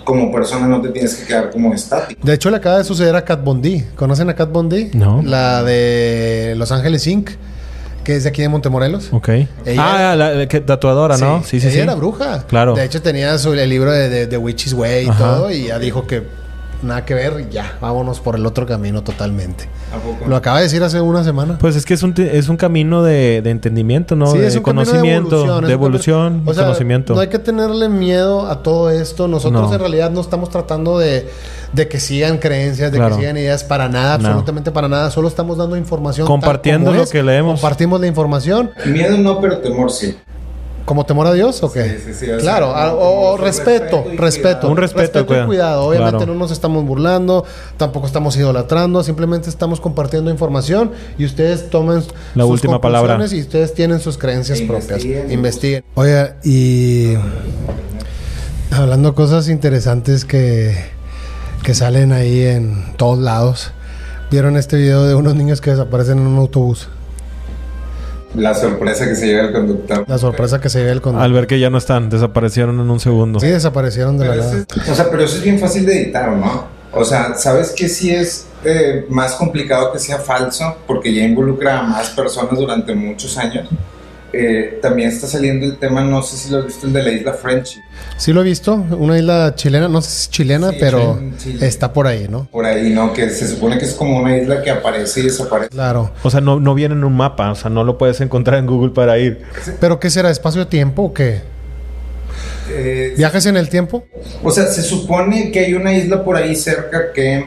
como persona no te tienes que quedar como estático
De hecho, le acaba de suceder a Kat Von D. ¿Conocen a Kat Von D?
No.
La de Los Ángeles Inc., que es de aquí de Montemorelos.
Ok.
Ella-
ah, la, la que- tatuadora, ¿no? Sí, sí,
ella
sí.
era bruja.
Claro.
De hecho, tenía su, el libro de, de, de Witch's Way y
Ajá.
todo, y ya dijo que nada que ver, y ya, vámonos por el otro camino totalmente.
¿A poco?
Lo acaba de decir hace una semana.
Pues es que es un, te- es un camino de, de entendimiento, ¿no?
Sí,
de
es un camino
conocimiento,
es
de
un
evolución,
camino- o sea,
conocimiento.
No hay que tenerle miedo a todo esto. Nosotros
No.
en realidad no estamos tratando de, de que sigan creencias, de
Claro.
que sigan ideas para nada,
No.
absolutamente para nada. Solo estamos dando información. tal
Compartiendo
como
lo que leemos.
Compartimos la información
miedo no pero temor sí
como temor a Dios o qué.
Sí, sí, sí, o sea,
claro,
como-
a- o, o
como
respeto,
respeto y
respeto.
cuidado.
Un respeto,
y
cuidado.
cuidado. Obviamente
Claro.
no nos estamos burlando, tampoco estamos idolatrando, simplemente estamos compartiendo información y ustedes tomen
La última palabra.
conclusiones y ustedes tienen sus creencias
E
propias.
investiguen.
Investiguen. Oiga, y hablando cosas interesantes que, que salen ahí en todos lados. ¿Vieron este video de unos niños que desaparecen en un autobús?
la sorpresa que se lleva el conductor
La sorpresa que se ve el conductor.
Al ver que ya no están, desaparecieron en un segundo.
Sí, desaparecieron de la
Pero
nada.
eso es- o sea, pero eso es bien fácil de editar, ¿no? O sea, ¿sabes que sí es eh, más complicado que sea falso? Porque ya involucra a más personas durante muchos años. Eh, también está saliendo el tema, no sé si lo has visto, el de la isla Frenchy.
Sí lo he visto, una isla chilena, no sé si es chilena,
Sí,
pero
en Chile.
está por ahí, ¿no?
Por ahí, ¿no? Que se supone que es como una isla que aparece y desaparece.
Claro.
O sea, no, no viene en un mapa, o sea, no lo puedes encontrar en Google para ir.
¿Pero qué será? ¿Espacio-tiempo o qué?
Eh,
¿Viajes en el tiempo?
o sea, se supone que hay una isla por ahí cerca que,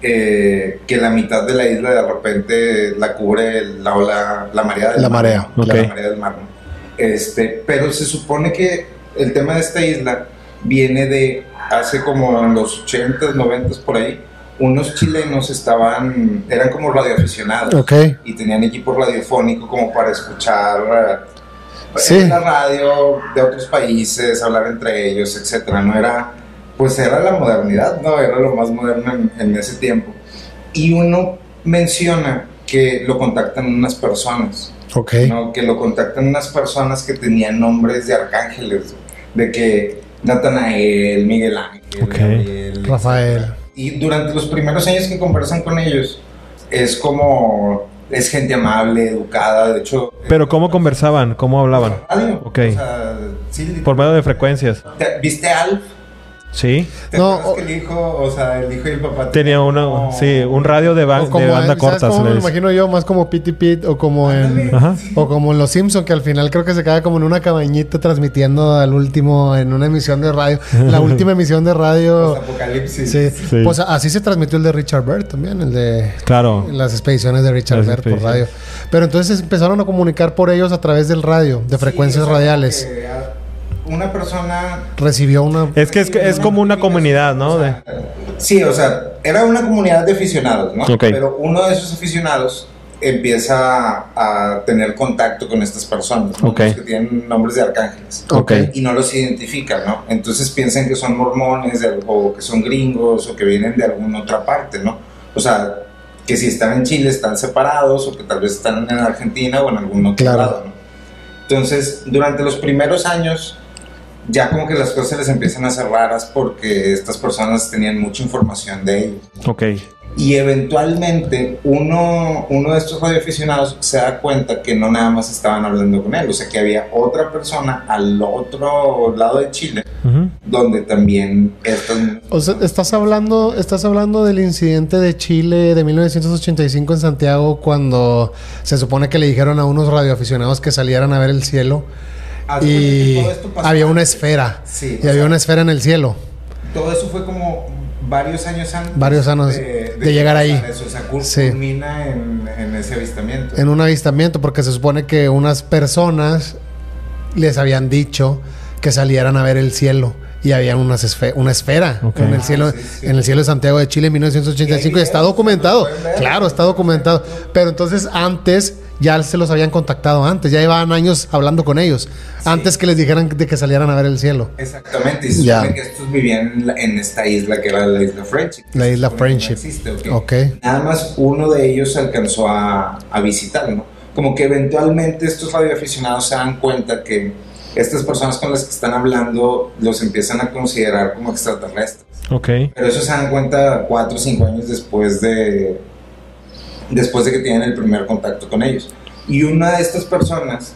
eh, que la mitad de la isla de repente la cubre la ola, la marea del
La
mar,
marea,
¿no?
ok.
La marea del mar. ¿no? Este, pero se supone que el tema de esta isla viene de hace como en los 80s, 90s por ahí, unos chilenos estaban, eran como radioaficionados
Ok.
y tenían equipo radiofónico como para escuchar eh,
Sí.
la radio de otros países, hablar entre ellos, etcétera. No era, pues era la modernidad, no era lo más moderno en, en ese tiempo. Y uno menciona que lo contactan unas personas,
Ok.
¿no? que lo contactan unas personas que tenían nombres de arcángeles, de que Natanael, Miguel Ángel,
Ok.
Gabriel,
Rafael.
y durante los primeros años que conversan con ellos, es como. Es gente amable, educada, de hecho.
Pero ¿cómo conversaban? ¿Cómo hablaban?
Radio.
Ok.
O sea, sí,
Por medio de frecuencias.
te- ¿Viste a Alf?
Sí.
¿Te
No,
acuerdas
o-
que el hijo, o sea, el hijo y el papá
Tenía una,
como-
sí, un radio de, ba-
O como
de banda
en- ¿sabes
corta. se
cómo
le
me lo
dice.
imagino yo, más como Pity Pit o como en.
Ajá.
O como en Los Simpson que al final creo que se queda como en una cabañita transmitiendo al último en una emisión de radio. La última emisión de radio.
los apocalipsis.
Sí.
Sí.
Pues así se transmitió el de Richard Bird también, el de
Claro.
las expediciones de Richard
Las
Bird por radio.
expediciones.
Pero entonces empezaron a comunicar por ellos a través del radio, de frecuencias
Sí, o sea,
radiales.
que, ah, Una persona.
Recibió una.
Es que es, que- es como una comunidad, ¿no? De-
Sí, o sea, era una comunidad de aficionados, ¿no?
Ok.
Pero uno de esos aficionados empieza a, a tener contacto con estas personas, ¿no?
Ok.
Los que tienen nombres de arcángeles.
Ok.
y no los identifica, ¿no? Entonces piensan que son mormones de- o que son gringos o que vienen de alguna otra parte, ¿no? O sea, que si están en Chile están separados o que tal vez están en Argentina o en algún otro
Claro.
lado, ¿no? Entonces, durante los primeros años, ya como que las cosas se les empiezan a hacer raras porque estas personas tenían mucha información de ellos.
Ok.
Y eventualmente uno, uno de estos radioaficionados se da cuenta que no nada más estaban hablando con él, o sea que había otra persona al otro lado de Chile
Ujú.
donde también estas...
O sea, estás hablando, estás hablando del incidente de Chile de 1985 en Santiago cuando se supone que le dijeron a unos radioaficionados que salieran a ver el cielo
Haz de cuenta que
y
Ah, todo esto pasó
había una
antes.
esfera.
Sí, o
y
sea,
había una esfera en el cielo.
Todo eso fue como varios años antes.
Varios años de llegar ahí.
pasar Eso, o sea, cul-
Sí.
culmina en, en ese avistamiento.
en un avistamiento porque se supone que unas personas les habían dicho que salieran a ver el cielo y había unas esfe- una esfera
Ok.
en el
Ah,
cielo
sí, sí.
en el cielo de Santiago de Chile en 1985 y está documentado claro está documentado pero entonces antes ya se los habían contactado antes ya llevaban años hablando con ellos antes que les dijeran de que salieran a ver el cielo
Exactamente, y se
Ya.
supone que estos vivían en, la- en esta isla que era la isla Friendship.
La
Se
isla
supone que no
Friendship.
existe, ¿ok?
ok
Nada más uno de ellos alcanzó a, a visitar, ¿no? Como que eventualmente estos radioaficionados se dan cuenta que estas personas con las que están hablando los empiezan a considerar como extraterrestres.
Ok.
Pero eso se dan cuenta cuatro o cinco años después de, después de que tienen el primer contacto con ellos. Y una de estas personas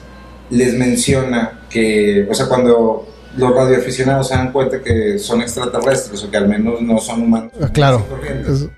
les menciona que, o sea, cuando los radioaficionados se dan cuenta que son extraterrestres o que al menos no son humanos.
Ah, claro
y corrientes,
Es-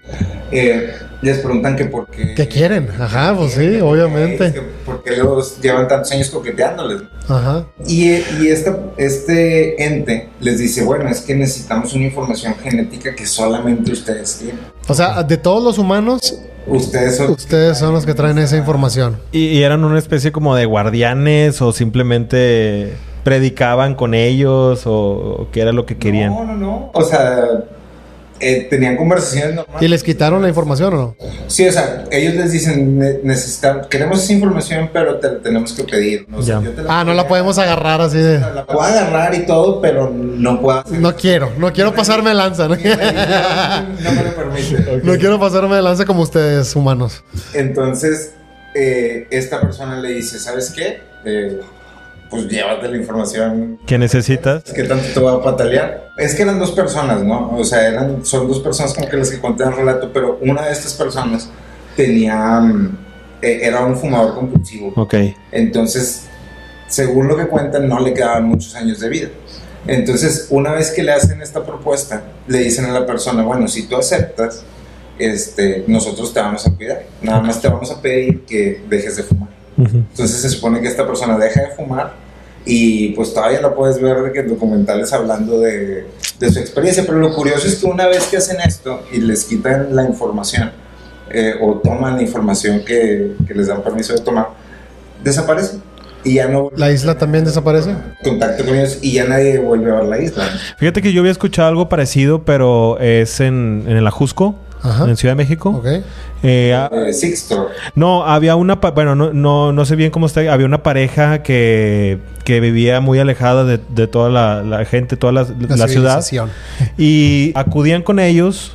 eh, les preguntan que por qué.
¿Qué quieren? Ajá, pues sí,
que por qué,
obviamente.
que ¿Por qué los llevan tantos años coqueteándoles?
ajá
Y, eh, y esta- este ente les dice, bueno, es que necesitamos una información genética que solamente ustedes tienen.
o sea de todos los humanos
Ustedes son...
ustedes son los que traen esa información
¿Y, y eran una especie como de guardianes o simplemente predicaban con ellos o, o qué era lo que querían?
No, no, no. O sea, eh, tenían conversaciones normales.
¿Y les quitaron la información o no?
Sí, o sea, ellos les dicen, "Ne- necesitamos, queremos esa información, pero te la tenemos que pedir. ¿no? O sea,
Ya.
yo te
Ah, no la podemos agarrar así de...
La puedo agarrar y todo, pero no puedo hacer
No quiero, no quiero pasarme de lanza. No,
No me lo permite.
No quiero pasarme de lanza como ustedes, humanos.
Entonces, eh, esta persona le dice, ¿sabes qué? Eh, pues llévate la información
¿Qué necesitas?
que tanto te va a patalear. Es que eran dos personas, ¿no? O sea, eran, son dos personas como que las que conté el relato, pero una de estas personas tenía, mm, eh, era un fumador compulsivo.
Ok.
Entonces, según lo que cuentan, no le quedaban muchos años de vida. Entonces, una vez que le hacen esta propuesta, le dicen a la persona, bueno, si tú aceptas, este, nosotros te vamos a cuidar. Nada más te vamos a pedir que dejes de fumar.
Ujú.
Entonces se supone que esta persona deja de fumar y pues todavía la puedes ver de que en documentales hablando de, de su experiencia. Pero lo curioso es que una vez que hacen esto y les quitan la información eh, o toman la información que, que les dan permiso de tomar, desaparece. Y ya no
¿La isla también desaparece?
contacto con ellos y ya nadie vuelve a ver la isla.
Fíjate que yo había escuchado algo parecido, pero es en, en el Ajusco.
Ajá.
en Ciudad de México.
Ok.
Eh, a-
Eh, Sixto,
no, había una, pa- bueno, no, no, no sé bien cómo está, había una pareja que, que vivía muy alejada de, de toda la, la gente, toda la, la ciudad.
civilización.
Y acudían con ellos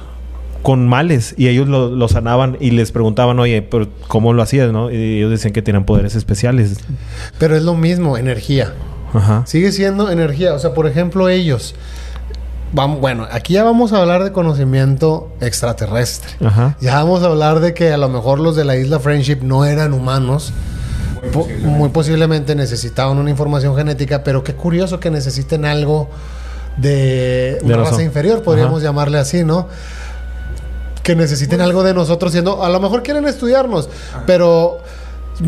con males y ellos lo, lo sanaban y les preguntaban, oye, pero ¿cómo lo hacías? ¿no? Y ellos decían que tenían poderes especiales.
Pero es lo mismo, energía.
Ajá.
Sigue siendo energía. O sea, por ejemplo, ellos. Vamos, bueno, aquí ya vamos a hablar de conocimiento extraterrestre.
Ajá.
Ya vamos a hablar de que a lo mejor los de la isla Friendship no eran humanos. Po- Muy posiblemente. necesitaban una información genética, pero qué curioso que necesiten algo de una
De
raza
razón.
inferior, podríamos
Ajá.
llamarle así, ¿no? Que necesiten algo de nosotros, siendo a lo mejor quieren estudiarnos, pero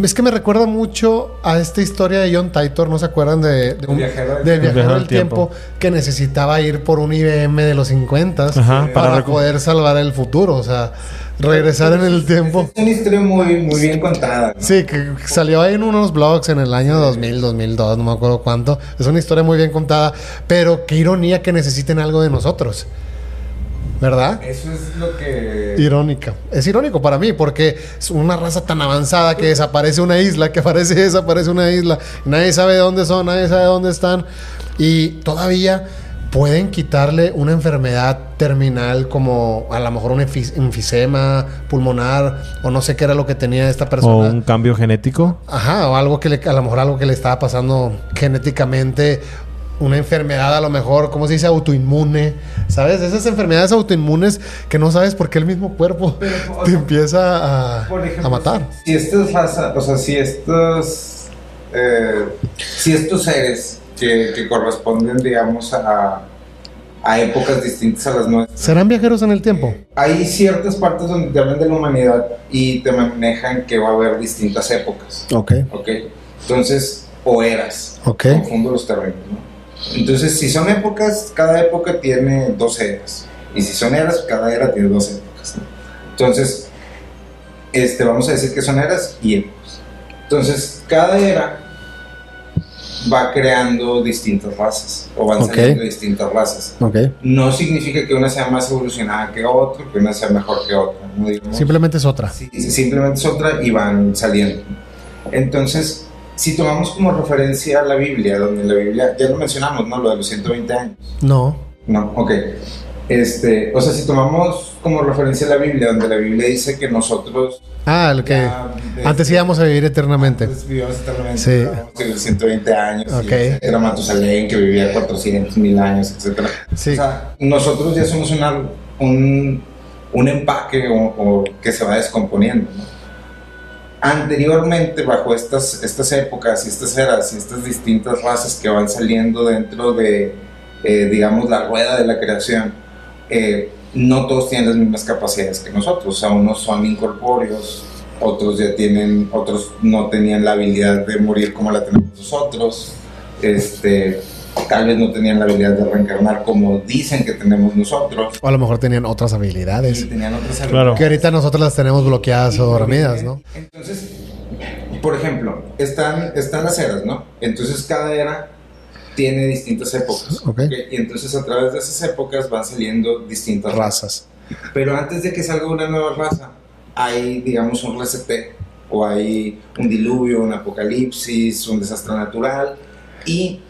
es que me recuerda mucho a esta historia de John Titor, ¿no se acuerdan de, de un
viajero del
del
tiempo.
viajero del tiempo, que necesitaba ir por un IBM de los 50
Ajá,
para,
para recu-
poder salvar el futuro, o sea, regresar en el tiempo.
es una historia muy, muy bien contada. ¿no?
Sí, que salió ahí en unos blogs en el año 2000, 2002, no me acuerdo cuánto. Es una historia muy bien contada, pero qué ironía que necesiten algo de nosotros. ¿Verdad?
Eso es lo que...
Irónica. Es irónico para mí porque es una raza tan avanzada que desaparece una isla, que aparece y desaparece una isla. Nadie sabe de dónde son, nadie sabe dónde están. Y todavía pueden quitarle una enfermedad terminal como a lo mejor un enfi- enfisema pulmonar o no sé qué era lo que tenía esta persona.
O un cambio genético.
Ajá, o algo que le, a lo mejor algo que le estaba pasando genéticamente, una enfermedad a lo mejor, ¿cómo se dice? Autoinmune, ¿sabes? Esas enfermedades autoinmunes que no sabes por qué el mismo cuerpo
Pero, o
te
sea,
empieza a,
Por ejemplo,
a matar.
Si estas razas, o sea, si estos, eh, si estos seres que, que corresponden, digamos, a, a épocas distintas a las nuestras,
¿Serán viajeros en el tiempo?
hay ciertas partes donde te hablan de la humanidad y te manejan que va a haber distintas épocas,
Ok,
¿ok? Entonces, o eras,
ok,
confundo los términos, ¿no? Entonces, si son épocas, cada época tiene 12 eras. Y si son eras, cada era tiene 12 épocas. ¿no? Entonces, este, vamos a decir que son eras y épocas. Entonces, cada era va creando distintas razas o van
Ok.
saliendo distintas razas.
ok.
No significa que una sea más evolucionada que otra, que una sea mejor que otra. ¿no? Digamos,
Simplemente es otra.
Sí, simplemente es otra y van saliendo. Entonces, si tomamos como referencia la Biblia, donde la Biblia, ya lo mencionamos, ¿no? Lo de los 120 años.
No.
No, ok. Este, o sea, si tomamos como referencia la Biblia, donde la Biblia dice que nosotros...
Ah, lo que
ya, desde-
antes íbamos a vivir eternamente.
antes vivíamos eternamente,
Sí.
vivíamos en los 120 años,
Ok.
era Matusalén que vivía 400 mil años, etcétera.
Sí,
O sea, nosotros ya somos una- un, un empaque o, o que se va descomponiendo. ¿no? Anteriormente, bajo estas, estas épocas y estas eras y estas distintas razas que van saliendo dentro de, eh, digamos, la rueda de la creación, eh, no todos tienen las mismas capacidades que nosotros. O sea, unos son incorpóreos, otros ya tienen, otros no tenían la habilidad de morir como la tenemos nosotros. Este, tal vez no tenían la habilidad de reencarnar como dicen que tenemos nosotros.
o a lo mejor tenían otras
Y
habilidades.
tenían otras
Claro.
Que ahorita nosotros las tenemos bloqueadas o dormidas, ¿no?
Entonces, por ejemplo, están, están las eras, ¿no? Entonces cada era tiene distintas épocas.
Ok.
¿ok? Y entonces a través de esas épocas van saliendo distintas razas.
Razas.
Pero antes de que salga una nueva raza, hay, digamos, un reseteo, o hay un diluvio, un apocalipsis, un desastre natural, y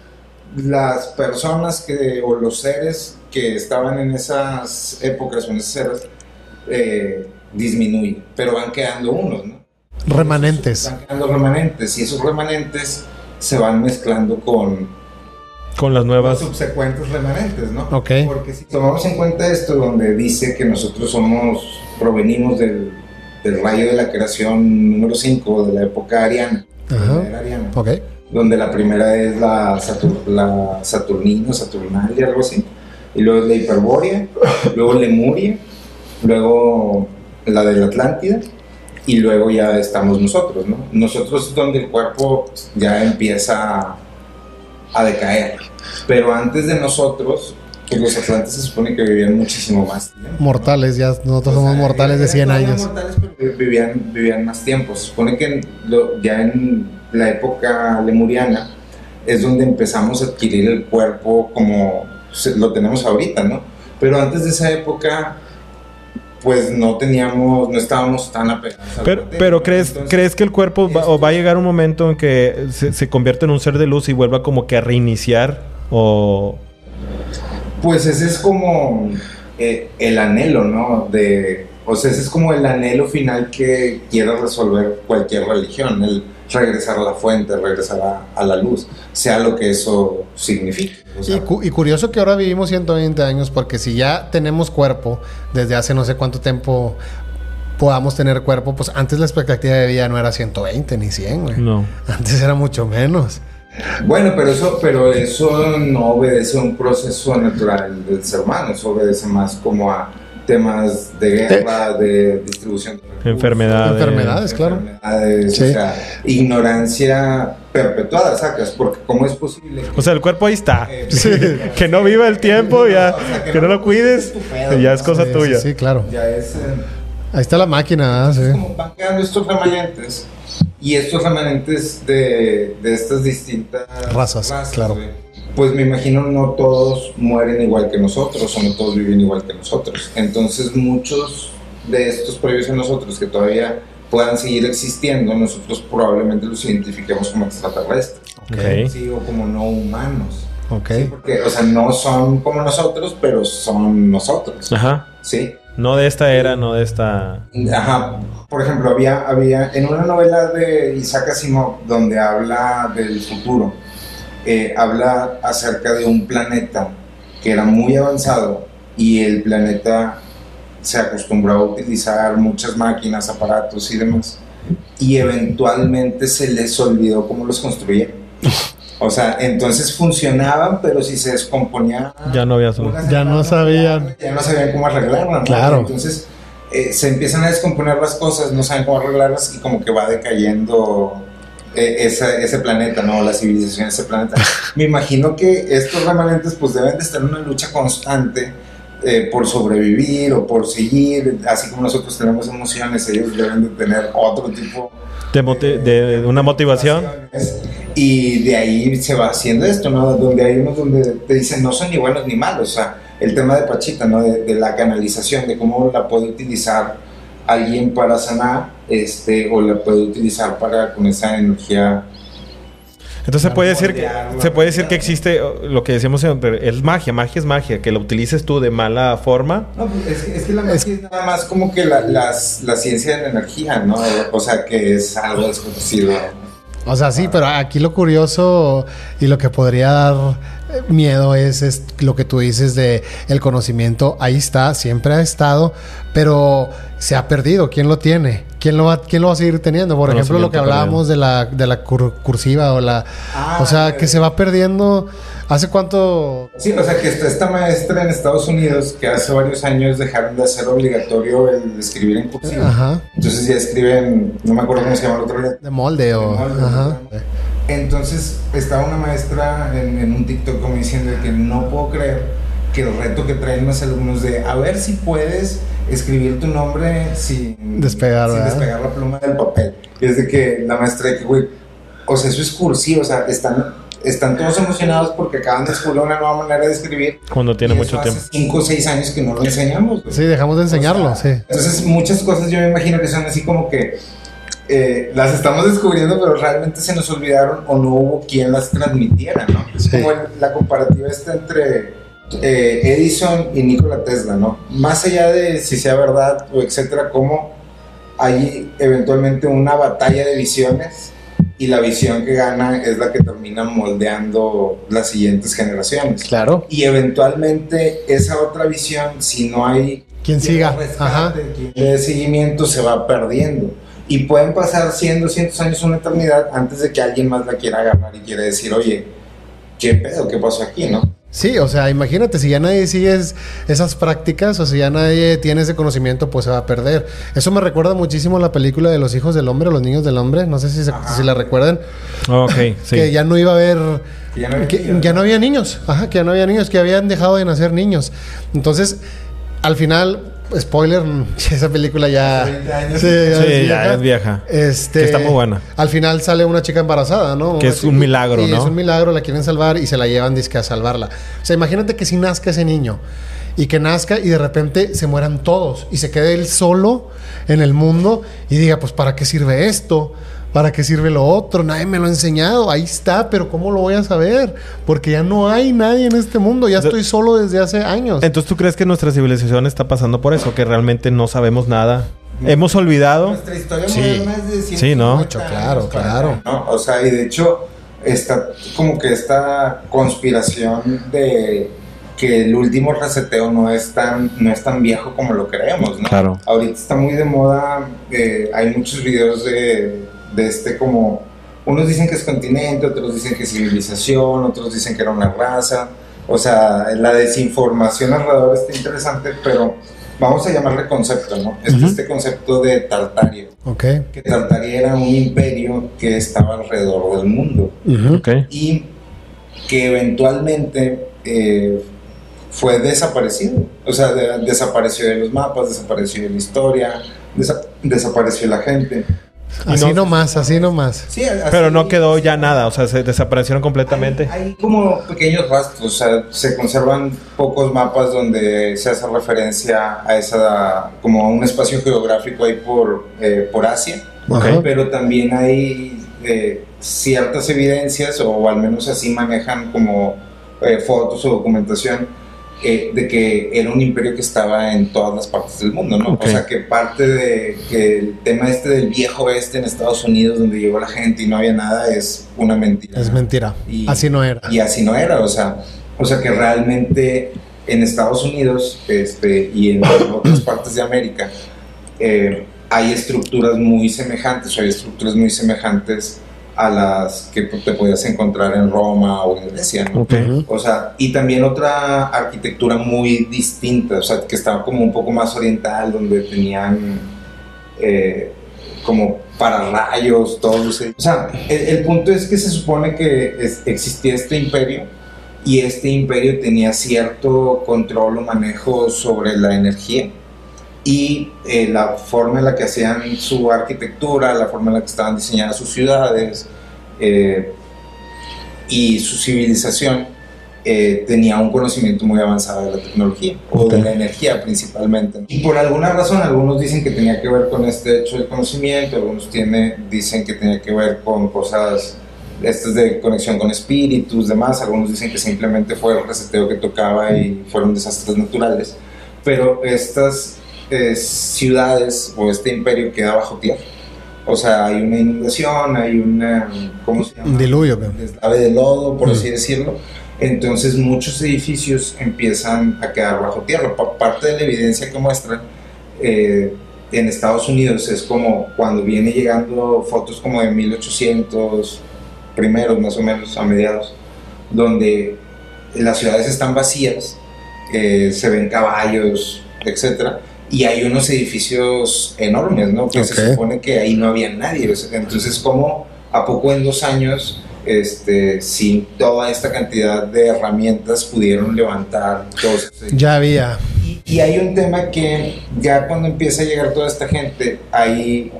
las personas que, o los seres que estaban en esas épocas o en esas eras, eh, disminuyen, pero van quedando unos, ¿no?
Remanentes.
Van quedando remanentes, y esos remanentes se van mezclando con,
Con las
los
nuevas.
subsecuentes remanentes, ¿no?
Ok.
Porque si tomamos en cuenta esto, donde dice que nosotros somos, provenimos del, del rayo de la creación número 5, de la época ariana, de la
Ajá.
era ariana,
Ok.
donde la primera es la, Satur- la Saturnina, Saturnalia, algo así, y luego es la Hiperbórea, luego Lemuria, luego la de la Atlántida, y luego ya estamos nosotros, ¿no? Nosotros es donde el cuerpo ya empieza a, a decaer, pero antes de nosotros, pues los atlantes se supone que vivían muchísimo más tiempo, ¿no?
Mortales, ya nosotros somos
O sea,
mortales de 100
eran todavía
años.
eh, mortales, pero vivían, vivían más tiempo. Se supone que en lo- ya en la época lemuriana es donde empezamos a adquirir el cuerpo como se- lo tenemos ahorita, ¿no? Pero antes de esa época pues no teníamos, no estábamos tan apegados. al
Pero,
material.
pero ¿crees,
Entonces,
¿crees que el cuerpo va, o va a llegar un momento en que se, se convierte en un ser de luz y vuelva como que a reiniciar? O...
Pues ese es como eh, el anhelo, ¿no? De, o sea, ese es como el anhelo final que quiere resolver cualquier religión, el regresar a la fuente, regresar a, a la luz, sea lo que eso signifique. O sea,
Y, cu- y curioso que ahora vivimos 120 años porque si ya tenemos cuerpo desde hace no sé cuánto tiempo podamos tener cuerpo, pues antes la expectativa de vida no era 120 ni 100, güey.
No.
Antes era mucho menos.
Bueno, pero eso, pero eso no obedece a un proceso natural del ser humano, eso obedece más como a temas de guerra, de distribución de recursos,
Enfermedades.
Enfermedades, claro.
enfermedades,
Sí.
o sea, ignorancia perpetuada, sacas, porque cómo es posible
O sea, el cuerpo ahí está.
que,
Que no viva el tiempo, ya, que no lo cuides, ya es cosa
Sí,
tuya.
Sí, sí, claro.
ya es eh,
Ahí está la máquina,
Ah,
¿verdad?
Es
Sí.
como van quedando estos remanentes y estos remanentes de, de estas distintas
Razas, claro.
güey. Pues me imagino no todos mueren igual que nosotros o no todos viven igual que nosotros. Entonces muchos de estos previos a nosotros que todavía puedan seguir existiendo, nosotros probablemente los identifiquemos como extraterrestres,
Ok.
sí, o como no humanos.
Ok.
Sí, porque, o sea, no son como nosotros, pero son nosotros.
Ajá.
Sí.
No de esta era, no de esta.
Ajá. Por ejemplo, había, había en una novela de Isaac Asimov donde habla del futuro, eh, habla acerca de un planeta que era muy avanzado y el planeta se acostumbró a utilizar muchas máquinas, aparatos y demás, y eventualmente se les olvidó cómo los construían. O sea, entonces funcionaban, pero si se descomponía
Ya no había sol.
Ya no sabían.
ya no sabían cómo arreglarla. ¿no?
Claro.
Entonces eh, se empiezan a descomponer las cosas, no saben cómo arreglarlas y como que va decayendo eh, ese, ese planeta, ¿no? La civilización de ese planeta. Me imagino que estos remanentes pues deben de estar en una lucha constante eh, por sobrevivir o por seguir, así como nosotros tenemos emociones, ellos deben de tener otro tipo
De, moti- de una motivación.
y de ahí se va haciendo esto, ¿no? Donde hay unos donde te dicen no son ni buenos ni malos. O sea, el tema de Pachita, ¿no? De, de la canalización, de cómo la puede utilizar alguien para sanar, este, o la puede utilizar para con esa energía.
Entonces se puede decir que,
moldear la
se puede decir
realidad.
que existe eh, lo que decíamos siempre, es magia, magia es magia, que la utilices tú de mala forma.
No, pues, es, que- es que la magia es, nada más como que la, las- la ciencia de la energía, ¿no? O sea, que es algo desconocido.
O sea, sí, pero aquí lo curioso y lo que podría dar eh, miedo es, es lo que tú dices de el conocimiento. Ahí está, siempre ha estado, pero se ha perdido. ¿Quién lo tiene? ¿Quién lo va, quién lo va a seguir teniendo? Por ejemplo, lo que
Conocimiento
hablábamos de la, de la cur- cursiva o la...
Ah,
o sea,
eh.
que se va perdiendo... ¿Hace cuánto...?
Sí, o sea que está esta maestra en Estados Unidos que hace varios años dejaron de hacer obligatorio el escribir en cursiva.
Ajá.
Entonces ya escriben, no me acuerdo cómo se llama el otro día.
De molde o...
De molde,
ajá.
¿no? Entonces estaba una maestra en, en un TikTok como diciendo que no puedo creer que el reto que traen los alumnos de a ver si puedes escribir tu nombre sin
Despegar,
sin
¿verdad?
despegar la pluma del papel. Y es de que la maestra de que, güey, o sea, eso es cursivo, o sea, están, están todos emocionados porque acaban de descubrir una nueva manera de escribir.
Cuando tiene
Y
mucho
eso
tiempo.
Hace 5 o 6 años que no lo enseñamos. güey.
Sí, dejamos de enseñarlo,
O sea,
sí.
Entonces, muchas cosas yo me imagino que son así como que eh, las estamos descubriendo, pero realmente se nos olvidaron o no hubo quien las transmitiera, ¿no? Es
Sí.
Como el- la comparativa está entre eh, Edison y Nikola Tesla, ¿no? Más allá de si sea verdad o etcétera, cómo hay eventualmente una batalla de visiones y la visión que gana es la que termina moldeando las siguientes generaciones.
Claro.
Y eventualmente esa otra visión, si no hay
Quien siga. Ajá.
el seguimiento se va perdiendo. Y pueden pasar 100, 200 años, una eternidad, antes de que alguien más la quiera agarrar y quiera decir, oye, ¿qué pedo? ¿Qué pasó aquí? ¿No?
Sí, o sea, imagínate, si ya nadie sigue es- esas prácticas o si ya nadie tiene ese conocimiento, pues se va a perder. Eso me recuerda muchísimo a la película de los hijos del hombre, los niños del hombre, no sé si, se-
Ajá.
si la recuerdan,
Ok, sí.
que ya no iba a haber...
Que ya no había
que
niños.
ya no había niños, ajá, que ya no había niños, que habían dejado de nacer niños. Entonces, al final, spoiler, esa película ya...
20 años.
Sí, ya es vieja.
Eh,
Este,
Que está muy buena.
Al final sale una chica embarazada, ¿no?
Que
Una
es un
chica-
milagro,
y
¿no?
Es un milagro, la quieren salvar y se la llevan disque a salvarla. O sea, imagínate que si nazca ese niño y que nazca y de repente se mueran todos y se quede él solo en el mundo y diga, pues ¿para qué sirve esto? ¿Para qué sirve lo otro? Nadie me lo ha enseñado, ahí está, pero ¿cómo lo voy a saber? Porque ya no hay nadie en este mundo, ya estoy solo desde hace años.
Entonces, ¿tú crees que nuestra civilización está pasando por eso? Que realmente no sabemos nada. Hemos olvidado.
Nuestra historia
Sí.
moderna es de 150
Sí, ¿no?
años,
Mucho, claro,
para
claro.
acá, ¿no? O sea, y de hecho, está como que esta conspiración de que el último reseteo no es tan, no es tan viejo como lo creemos, ¿no?
Claro.
Ahorita está muy de moda, eh, hay muchos videos de, de este como, unos dicen que es continente, otros dicen que es civilización, otros dicen que era una raza, o sea, la desinformación alrededor está interesante, pero vamos a llamarle concepto, ¿no? Es
Ujú.
este concepto de Tartario,
Ok.
que Tartaria era un imperio que estaba alrededor del mundo
Ujú.
Ok.
y que eventualmente eh, fue desaparecido. O sea, de- desapareció de los mapas, desapareció de la historia, desa- desapareció la gente.
Así
no-
nomás, así nomás.
Sí, así-
Pero no quedó ya nada, o sea, se desaparecieron completamente.
Hay como pequeños rastros, o sea, se conservan pocos mapas donde se hace referencia a esa, como a un espacio geográfico ahí por, eh, por Asia.
Ok.
Ajá.
pero también hay eh, ciertas evidencias, o al menos así manejan como eh, fotos o documentación, eh, de que era un imperio que estaba en todas las partes del mundo, ¿no?
Ok.
O sea, que parte de que el tema este del viejo este en Estados Unidos, donde llegó la gente y no había nada, es una mentira.
Es mentira.
Y-
así no era.
Y así no era, o sea, o sea que realmente en Estados Unidos este, y en otras partes de América eh, hay estructuras muy semejantes, o hay estructuras muy semejantes a las que te podías encontrar en Roma o en Grecia, ¿no?
Ok.
Ujú.
O sea, y también otra arquitectura muy distinta, o sea, que estaba como un poco más oriental, donde tenían eh, como pararrayos, todo. O sea, o sea, el, el punto es que se supone que es- existía este imperio y este imperio tenía cierto control o manejo sobre la energía y eh, la forma en la que hacían su arquitectura, la forma en la que estaban diseñadas sus ciudades eh, y su civilización eh, tenía un conocimiento muy avanzado de la tecnología o de
Ok.
la energía principalmente. Y por alguna razón algunos dicen que tenía que ver con este hecho del conocimiento, algunos tiene, dicen que tenía que ver con cosas estas de conexión con espíritus, demás, algunos dicen que simplemente fue el reseteo que tocaba y fueron desastres naturales, pero estas eh, ciudades o este imperio queda bajo tierra. O sea, hay una inundación, hay una... ¿Cómo se
Un
llama?
diluvio. creo.
deslave de lodo, por
Mm.
así decirlo. Entonces muchos edificios empiezan a quedar bajo tierra. Pa- parte de la evidencia que muestran eh, en Estados Unidos es como cuando viene llegando fotos como de 1800, primeros más o menos, a mediados, donde las ciudades están vacías, eh, se ven caballos, etcétera, y hay unos edificios enormes, ¿no? Que
Ok.
se supone que ahí no había nadie. O sea, Entonces, ¿cómo a poco en dos años, este, sin toda esta cantidad de herramientas, pudieron levantar todos estos edificios?
Ya había.
Y- Y hay un tema que ya cuando empieza a llegar toda esta gente, hay,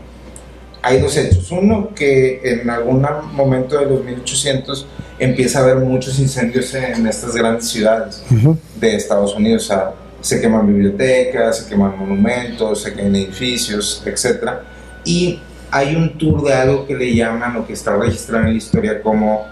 hay dos hechos. Uno, que en algún momento de los 1800 empieza a haber muchos incendios en estas grandes ciudades
Ujú.
de Estados Unidos. O sea, se queman bibliotecas, se queman monumentos, se queman edificios, etc. Y hay un tour de algo que le llaman o que está registrado en la historia como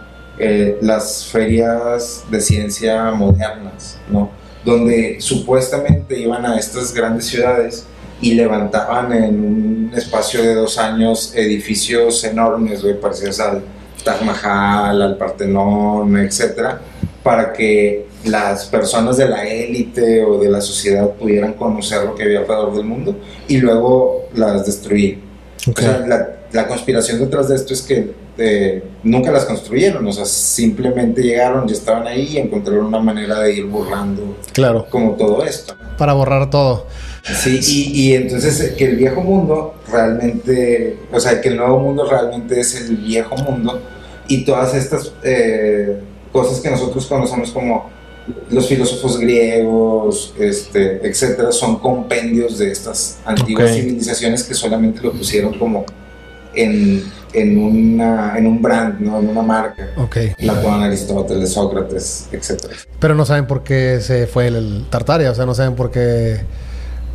eh, las ferias de ciencia modernas, ¿no? Donde supuestamente iban a estas grandes ciudades y levantaban en un espacio de dos años edificios enormes, güey, parecidos al Taj Mahal, al Partenón, etcétera, para que las personas de la élite o de la sociedad pudieran conocer lo que había alrededor del mundo y luego las destruir.
Ok.
O sea, la, la conspiración detrás de esto es que eh, nunca las construyeron, o sea, simplemente llegaron y estaban ahí y encontraron una manera de ir burlando
Claro.
como todo esto.
Para borrar todo.
Sí, y, y entonces eh, que el viejo mundo realmente, o sea, que el nuevo mundo realmente es el viejo mundo y todas estas eh, cosas que nosotros conocemos como los filósofos griegos, este, etcétera, son compendios de estas antiguas
Ok.
civilizaciones que solamente lo pusieron como en, en, una, en un brand, ¿no? en una marca.
Ok.
Platón, Aristóteles, Sócrates, etc.
Pero no saben por qué se fue el, el Tartaria, o sea, no saben por qué.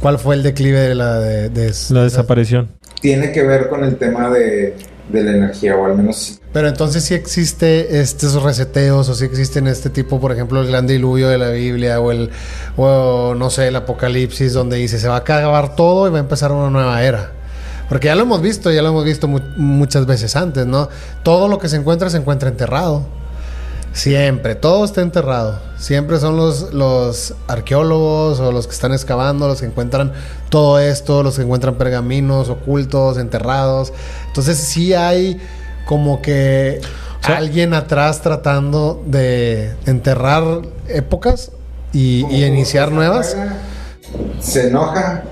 ¿Cuál fue el declive de la de, de-
La desaparición.
Tiene que ver con el tema de, de la energía, o al menos
Pero entonces sí existe estos reseteos o sí existen este tipo, por ejemplo, el gran diluvio de la Biblia o el, o no sé, el apocalipsis donde dice se va a acabar todo y va a empezar una nueva era. Porque ya lo hemos visto, ya lo hemos visto mu- muchas veces antes, ¿no? Todo lo que se encuentra se encuentra enterrado. Siempre, todo está enterrado. Siempre son los, los arqueólogos o los que están excavando, los que encuentran todo esto, los que encuentran pergaminos ocultos, enterrados. Entonces sí hay como que
O sea-
alguien atrás tratando de enterrar épocas y,
Como
y iniciar
se
nuevas.
apaga, Se enoja,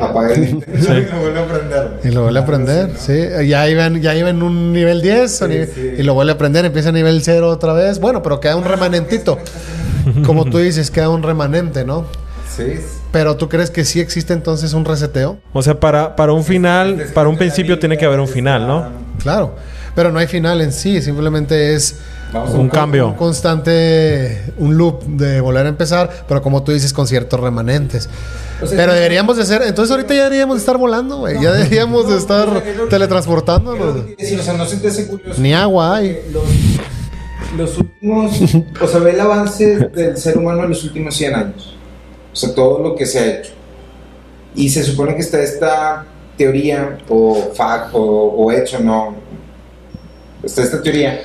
apaga el internet
Sí.
y lo vuelve a prender.
Y lo vuelve a aprender,
Sí,
sí. Ya iban, ya iban un nivel 10 o
Sí,
nivel-
sí. Ah,
y lo vuelve a aprender, empieza a nivel 0 otra vez. Bueno, pero queda un remanentito. Como tú dices, queda un remanente, ¿no?
¿no? Sí.
Pero tú crees que sí existe entonces un reseteo?
O sea, para, para un final, para un principio tiene que haber un final, ¿no?
Claro. Pero no hay final en sí, simplemente es
Vamos a
Un
buscar-
un
cambio.
constante, un loop de volver a empezar, pero como tú dices, con ciertos remanentes.
O sea,
pero
sí.
deberíamos de ser, entonces ahorita ya deberíamos de estar volando, güey. ya deberíamos de
No,
estar
o sea, es lo que-
teletransportándonos.
Es decir, o sea, no se te hace curioso.
Ni agua hay.
que Los, los últimos, o sea, ve el avance del ser humano en los últimos 100 años. O sea, todo lo que se ha hecho. Y se supone que está esta teoría, o fact, o, o hecho, no. Está esta teoría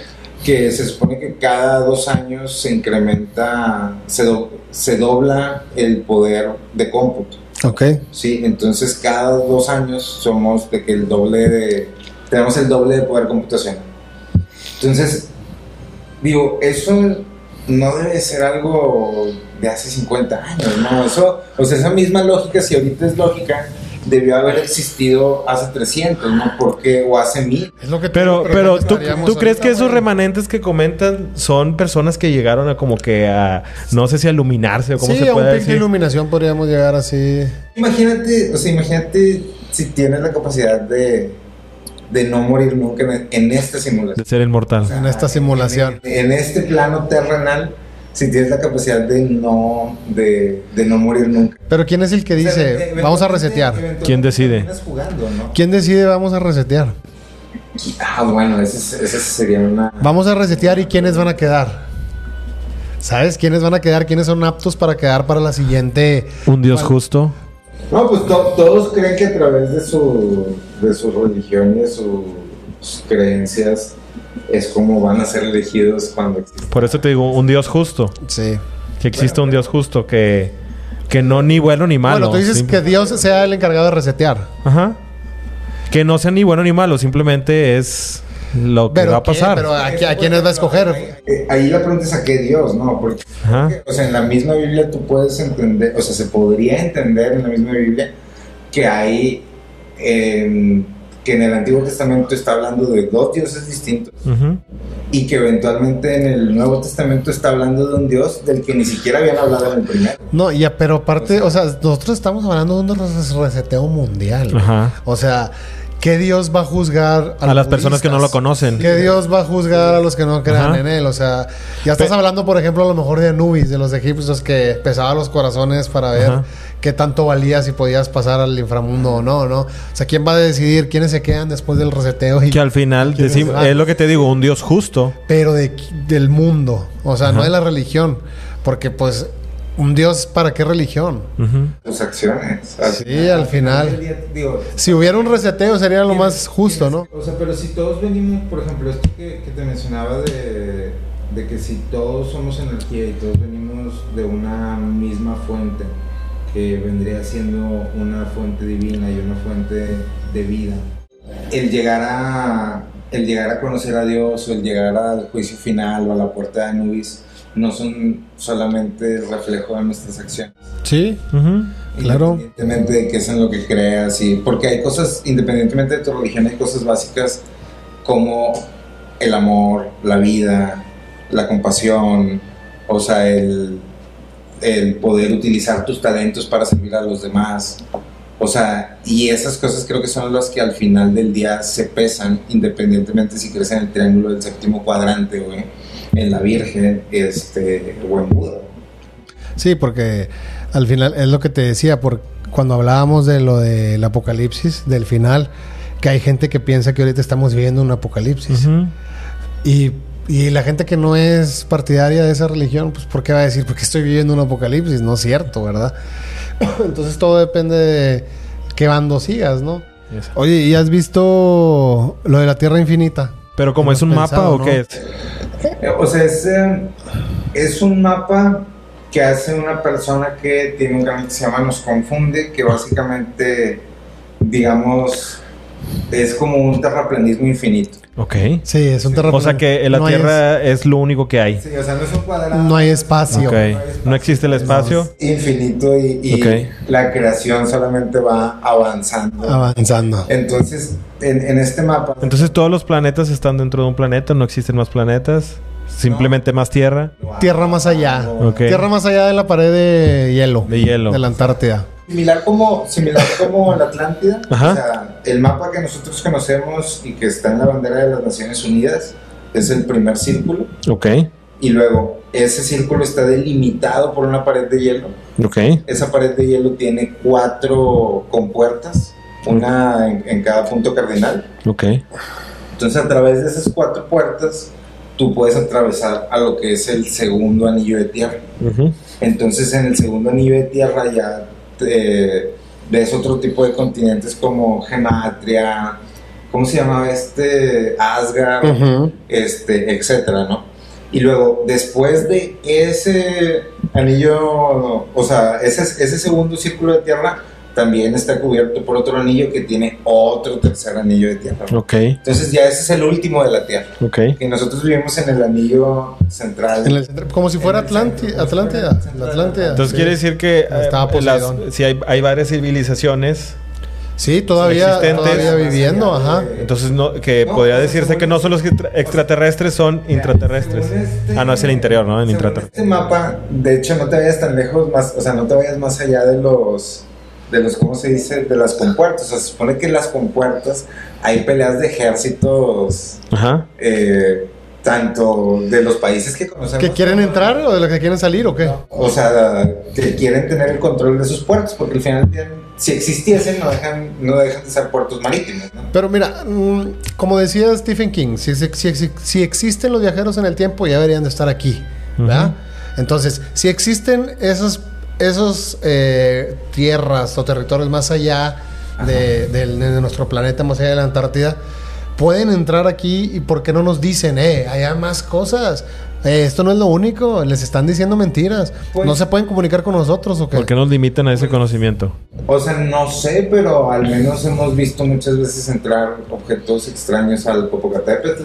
que se supone que cada dos años se incrementa, se, do- se dobla el poder de cómputo.
Ok.
Sí, entonces cada dos años somos de que el doble de. Tenemos el doble de poder computacional. Entonces, digo, eso no debe ser algo de hace 50 años, ¿no? Eso, o sea, esa misma lógica, si ahorita es lógica, debió haber existido hace 300, ¿no? Porque, o hace 1000.
Es lo que
Pero, pero ¿tú,
estaríamos
tú crees
ahorita,
que esos
güey.
remanentes que comentan son personas que llegaron a como que a, no sé si a iluminarse o cómo
Sí,
se
a un
puede
pic de
decir?
iluminación podríamos llegar así.
Imagínate, o sea, imagínate si tienes la capacidad de, de no morir nunca en, en esta simulación.
De ser inmortal.
En esta simulación.
En, en este plano terrenal, si tienes la capacidad de no, de, de no morir nunca.
Pero ¿quién es el que
O sea,
dice,
eventualmente-
vamos a resetear?
eventualmente
¿Quién decide?
terminas jugando, ¿no?
¿Quién decide vamos a resetear?
Ah, bueno, esa, es- esa sería una...
Vamos a resetear y quiénes van a quedar. ¿Sabes quiénes van a quedar? ¿Quiénes son aptos para quedar para la siguiente?
Un Dios justo.
No, pues to- todos creen que a través de su, de su religión y de sus creencias es como van a ser elegidos cuando existan.
Por eso te digo, un Dios justo.
Sí.
Que exista un Dios justo que, que no ni bueno ni malo.
bueno, tú dices
Sim-
que Dios sea el encargado de resetear.
Ajá. Que no sea ni bueno ni malo, simplemente es lo que
Pero,
va a
¿quién?
pasar.
Pero ¿a, qui- a quiénes va a escoger?
Eh, ahí la pregunta es a qué Dios, ¿no? Porque
Ajá.
O sea, en la misma Biblia tú puedes entender, o sea, se podría entender en la misma Biblia que hay, eh, que en el Antiguo Testamento está hablando de dos dioses distintos
Ujú.
y que eventualmente en el Nuevo Testamento está hablando de un dios del que ni siquiera habían hablado en el primero.
No, ya, pero aparte, o sea, nosotros estamos hablando de un res- reseteo mundial. güey.
Ajá.
O sea, ¿qué Dios va a juzgar
A
los
las personas que no lo
budistas?
conocen.
Que Dios va a juzgar a los que no crean
Ajá.
en él. O sea, ya estás
Pe-
hablando, por ejemplo, a lo mejor de Anubis, de los egipcios que pesaban los corazones para ver
Ajá.
qué tanto valía si podías pasar al inframundo o no, ¿no? O sea, ¿quién va a decidir quiénes se quedan después del reseteo? Y,
Que al final
¿Quiénes
decim-
van?
es lo que te digo, un Dios justo.
Pero de, del mundo, o sea, no de la religión. Porque, pues, un Dios, ¿para qué religión?
Ujú.
Tus acciones.
Sí, al final. Si hubiera un reseteo sería lo más justo, ¿no?
O sea, pero si todos venimos, por ejemplo, esto que, que te mencionaba de, de que si todos somos energía y todos venimos de una misma fuente, que vendría siendo una fuente divina y una fuente de vida.
el llegar a el llegar a conocer a Dios o el llegar al juicio final o a la puerta de Anubis no son solamente el reflejo de nuestras acciones.
Sí.
Ujú.
Claro.
Independientemente de qué es en lo que creas y porque hay cosas independientemente de tu religión hay cosas básicas como el amor, la vida, la compasión, o sea, el el poder utilizar tus talentos para servir a los demás. O O sea, y esas cosas creo que son las que al final del día se pesan, independientemente si crees en el triángulo del séptimo cuadrante, güey, en la Virgen, este, o en Buda.
Sí, porque al final es lo que te decía, por cuando hablábamos de lo del apocalipsis, del final, que hay gente que piensa que ahorita estamos viviendo un apocalipsis.
Ujú.
Y, y la gente que no es partidaria de esa religión, pues ¿por qué va a decir, porque estoy viviendo un apocalipsis? No es cierto, ¿verdad? Entonces todo depende de qué bando sigas, ¿no?
Esa.
Oye, ¿y has visto lo de la Tierra Infinita?
Pero como es un mapa
Pensado,
o
¿no?
qué es?
Eh, O sea, es, eh, es un mapa que hace una persona que tiene un canal que se llama Nos Confunde, que básicamente, digamos, es como un terraplanismo infinito.
Ok.
Sí, es un terreno.
O sea que la Tierra es... lo único que hay.
Sí, o sea, no es un cuadrado.
no hay espacio.
Ok. No existe el espacio.
Infinito y, y
Ok.
la creación solamente va avanzando.
Avanzando.
Entonces, en, en este mapa...
Entonces todos los planetas están dentro de un planeta, no existen más planetas, simplemente más Tierra.
Tierra más allá.
Ok.
Tierra más allá de la pared de hielo.
De hielo.
De la Antártida.
Similar como, similar como la Atlántida,
Ajá.
o sea, el mapa que nosotros conocemos y que está en la bandera de las Naciones Unidas es el primer círculo
Ok,
y luego ese círculo está delimitado por una pared de hielo.
ok.
Esa pared de hielo tiene cuatro compuertas, una en, en cada punto cardinal.
Ok.
Entonces a través de esas cuatro puertas tú puedes atravesar a lo que es el segundo anillo de tierra.
Ujú.
Entonces en el segundo anillo de tierra ya eh, ves otro tipo de continentes como Gematria, ¿cómo se llamaba este? Asgard, este, etcétera, ¿no? Y luego, después de ese anillo, o sea, ese, ese segundo círculo de tierra también está cubierto por otro anillo que tiene otro tercer anillo de tierra.
Ok,
Entonces ya ese es el último de la tierra.
ok.
Que nosotros vivimos en el anillo central.
En el centro- como si fuera
En el centro,
Atlanti-
como si fuera
Atlántida.
el centro
la
de la
Atlántida.
Entonces
Sí.
quiere decir que eh,
Estaba Poseidón.
las- si hay, hay varias civilizaciones,
Sí, todavía,
Existentes.
todavía viviendo, ajá.
Eh,
entonces no, que
No,
podría
o sea,
decirse
según-
que no son los extra- extraterrestres, son intraterrestres.
según este-
ah, no, es el interior, ¿no? En
según
intraterrestre.
Este mapa, de hecho, no te vayas tan lejos, más, o sea, no te vayas más allá de los, de los, ¿cómo se dice? De las compuertas. O sea, se supone que en las compuertas hay peleas de ejércitos,
Ajá.
eh, tanto de los países que conocemos.
¿Que quieren entrar o de los que quieren salir o qué?
O sea, que quieren tener el control de sus puertos, porque al final, del día, si existiesen, no dejan, no dejan de ser puertos marítimos, ¿no?
Pero mira, mm, como decía Stephen King, si, si- si- si existen los viajeros en el tiempo, ya deberían de estar aquí. ¿verdad? Entonces, si existen esas esos, eh, tierras o territorios más allá de, del- de nuestro planeta, más allá de la Antártida, pueden entrar aquí y ¿por qué no nos dicen, eh, hay más cosas? Eh, esto no es lo único, les están diciendo mentiras.
Pues-
¿No se pueden comunicar con nosotros o qué?
¿Por qué nos limitan a ese conocimiento?
O sea, no sé, pero al menos hemos visto muchas veces entrar objetos extraños al Popocatépetl.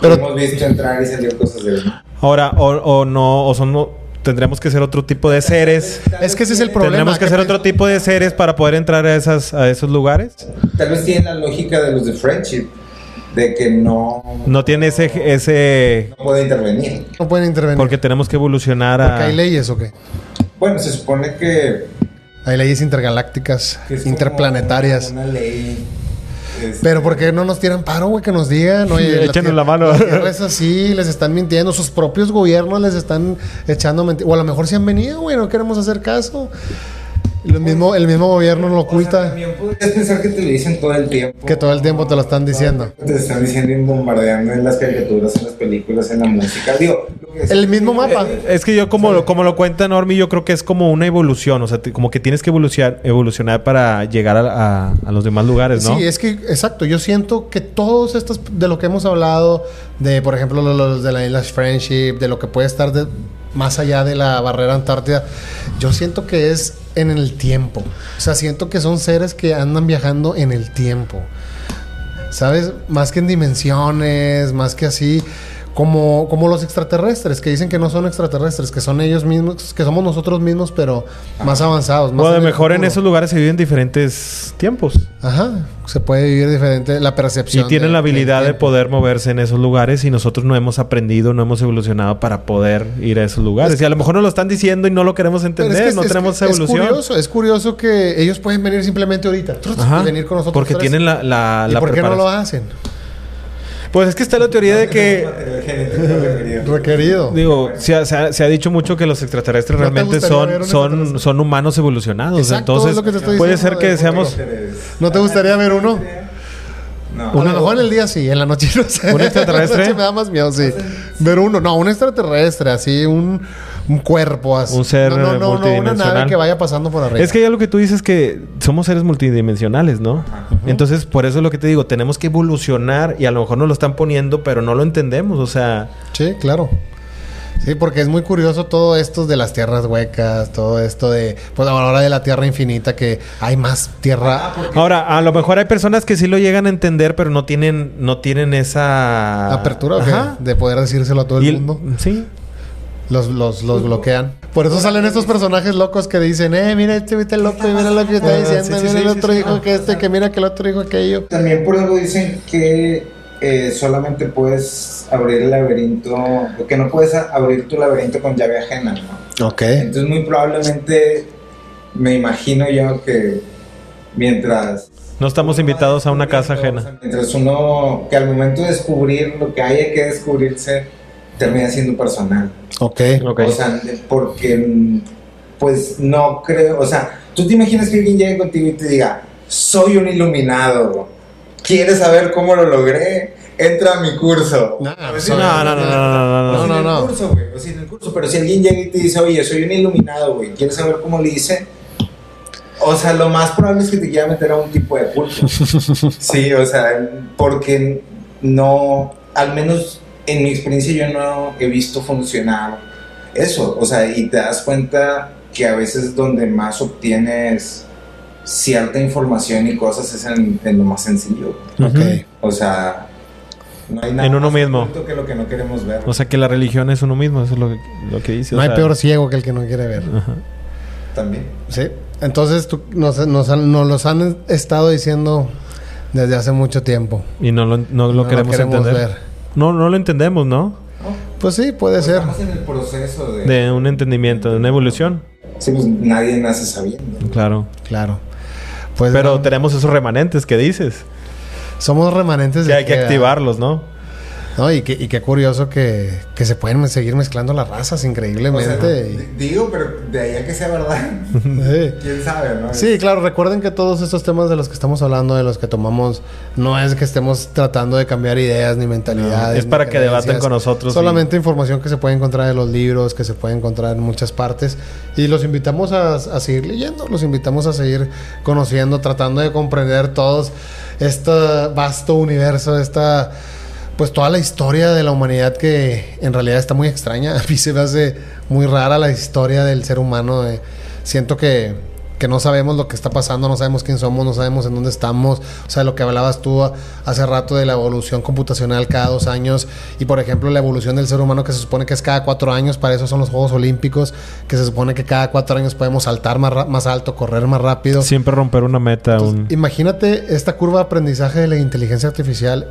Pero-
hemos visto entrar y salir cosas de
Ahora, o, o no, o son, no- tendríamos que ser otro tipo de seres.
Es que ese es el problema.
Tendremos que
que pues
ser
pe-
otro tipo de seres para poder entrar a, esas, a esos lugares.
Tal vez tiene la lógica de los de Friendship, de que no,
No tiene ese, ese
no puede intervenir.
No pueden intervenir.
porque tenemos que evolucionar a.
Porque hay leyes o qué?
Bueno, se supone que...
Hay leyes intergalácticas,
que es como
interplanetarias.
Una, una ley. este,
Pero ¿por qué no nos tiran paro, güey? Que nos digan, oye,
Sí, échenos
tier-
la mano.
tierra es así, les están mintiendo, sus propios gobiernos les están echando mentiras. O a lo mejor se han venido, güey, no queremos hacer caso. Lo mismo, el mismo gobierno lo
o sea,
oculta,
también
Es
podrías
pensar que te lo dicen todo el tiempo.
que todo el tiempo te lo están diciendo.
Te están diciendo y bombardeando en las caricaturas, en las películas, en la música. Digo, lo que es-
El mismo mapa.
Eh,
Eh, Es que yo como lo, como lo cuenta Normi, yo creo que es como una evolución, o sea, te- como que tienes que evolucionar, evolucionar para llegar a, a- a los demás lugares, ¿no?
Sí, es que, exacto, yo siento que todos estos, de lo que hemos hablado, de por ejemplo los, de la Isla Friendship, de lo que puede estar de- más allá de la barrera antártida, yo siento que es en el tiempo. O sea, siento que son seres que andan viajando en el tiempo. ¿Sabes? Más que en dimensiones, más que así. como, como los extraterrestres, que dicen que no son extraterrestres, que son ellos mismos, que somos nosotros mismos, pero más avanzados. Más
Bueno, de
en el
mejor en
futuro.
esos lugares se viven diferentes tiempos.
Ajá, se puede vivir diferente la percepción.
Y tienen
de-
la habilidad de
del tiempo.
poder moverse en esos lugares y nosotros no hemos aprendido, no hemos evolucionado para poder ir a esos lugares. y a lo mejor nos lo están diciendo y no lo queremos
Pero
entender,
es que es-
no
es-
tenemos
es
evolución.
curioso, es curioso que ellos pueden venir simplemente ahorita trut,
Ajá,
y venir con nosotros.
porque
tres.
tienen la, la,
¿Y
la
por qué no lo
preparación.
hacen?
Pues es que está la teoría de que
Material genético requerido.
Requerido.
Digo, se ha, se ha- se ha dicho mucho que los extraterrestres
¿No te
realmente
gustaría ver
son,
un
son,
extraterrestre?
son humanos evolucionados.
Exacto,
Entonces,
es lo que te estoy
puede
diciendo,
ser que
de-
seamos
¿No te gustaría ver uno?
No.
A lo mejor en el día sí, en la noche no sé.
¿Un
En
extraterrestre?
la noche me da más miedo, sí. Ver uno, no, un extraterrestre, así, un, un cuerpo así.
Un ser,
No, no, no, no, una nave
multidimensional.
que vaya pasando por arriba.
Es que ya lo que tú dices que somos seres multidimensionales, ¿no? Entonces, por eso es lo que te digo, tenemos que evolucionar y a lo mejor nos lo están poniendo, pero no lo entendemos. O sea,
Sí, claro. Sí, porque es muy curioso todo esto de las tierras huecas, todo esto de, pues ahora de la tierra infinita, que hay más tierra.
ahora, a lo mejor hay personas que sí lo llegan a entender, pero no tienen, no tienen esa
Apertura ¿o qué?
Ah. Ajá.
de poder decírselo a todo
Y
el
el-
mundo.
Sí.
Los, los, los bloquean. Por eso salen estos personajes locos que dicen, eh, mira este, viste loco, y mira lo que está
Ah,
diciendo,
sí, sí,
mira
sí,
el
sí,
otro
sí.
dijo que este, que mira que el otro dijo aquello.
También por algo dicen que eh, solamente puedes abrir el laberinto, que no puedes a- abrir tu laberinto con llave ajena, ¿no?
Ok.
Entonces muy probablemente me imagino yo que mientras...
No estamos invitados a una casa ajena.
Mientras uno, que al momento de descubrir lo que haya que descubrirse, termina siendo personal.
Ok.
Ok.
O sea, porque mm, pues no creo, o sea, tú te imaginas que alguien llegue contigo y te diga, soy un iluminado, ¿quieres saber cómo lo logré? Entra a mi curso.
No,
Pues,
no,
no, no, no, no, no,
no,
o sin
no, no.
Pues el curso, güey, o sin el curso, pero si alguien llega y te dice, oye, soy un iluminado, güey, ¿quieres saber cómo le hice? O sea, lo más probable es que te quiera meter a un tipo de culto. sí, o sea, porque no, al menos en mi experiencia yo no he visto funcionar eso. O sea, y te das cuenta que a veces donde más obtienes cierta información y cosas es en, en lo más sencillo.
Ok.
O sea, no hay nada
En uno
más
mismo. Pues,
oculto que lo que no queremos ver.
O sea, que la religión es uno mismo, eso es lo que, lo que dice. o
No hay
sea,
peor ciego que el que no quiere ver.
ajá.
También.
Sí. Entonces tú- nos, nos, han- nos los han estado diciendo desde hace mucho tiempo.
Y no lo, no lo
lo
queremos,
queremos
entender.
ver.
No, no lo entendemos, ¿no?
Pues sí, puede ser.
Estamos en el proceso de...
De un entendimiento, de una evolución.
Sí, pues nadie nace sabiendo.
Claro.
Claro. Pues
Pero
no,
tenemos esos remanentes que dices.
somos remanentes
Que hay que
queda,
activarlos, ¿no?
¿no? Y, que- y qué curioso que, que se pueden seguir mezclando las razas
o sea,
increíblemente.
di- digo, pero de ahí a que sea verdad,
Sí.
quién sabe, ¿no?
Sí, claro, recuerden que todos estos temas de los que estamos hablando, de los que tomamos, no es que estemos tratando de cambiar ideas ni mentalidades.
No, es
ni
para que
creencias.
debatan con nosotros
Solamente información que se puede encontrar en los libros, que se puede encontrar en muchas partes. Y los invitamos a, a seguir leyendo, los invitamos a seguir conociendo, tratando de comprender todos este vasto universo, esta pues toda la historia de la humanidad que en realidad está muy extraña. A mí se me hace muy rara la historia del ser humano. eh. Siento que, que no sabemos lo que está pasando, no sabemos quién somos, no sabemos en dónde estamos. O sea, lo que hablabas tú a- hace rato de la evolución computacional cada dos años y, por ejemplo, la evolución del ser humano que se supone que es cada cuatro años, para eso son los Juegos Olímpicos, que se supone que cada cuatro años podemos saltar más, ra- más alto, correr más rápido.
Siempre romper una meta.
Entonces,
un-
Imagínate esta curva de aprendizaje de la inteligencia artificial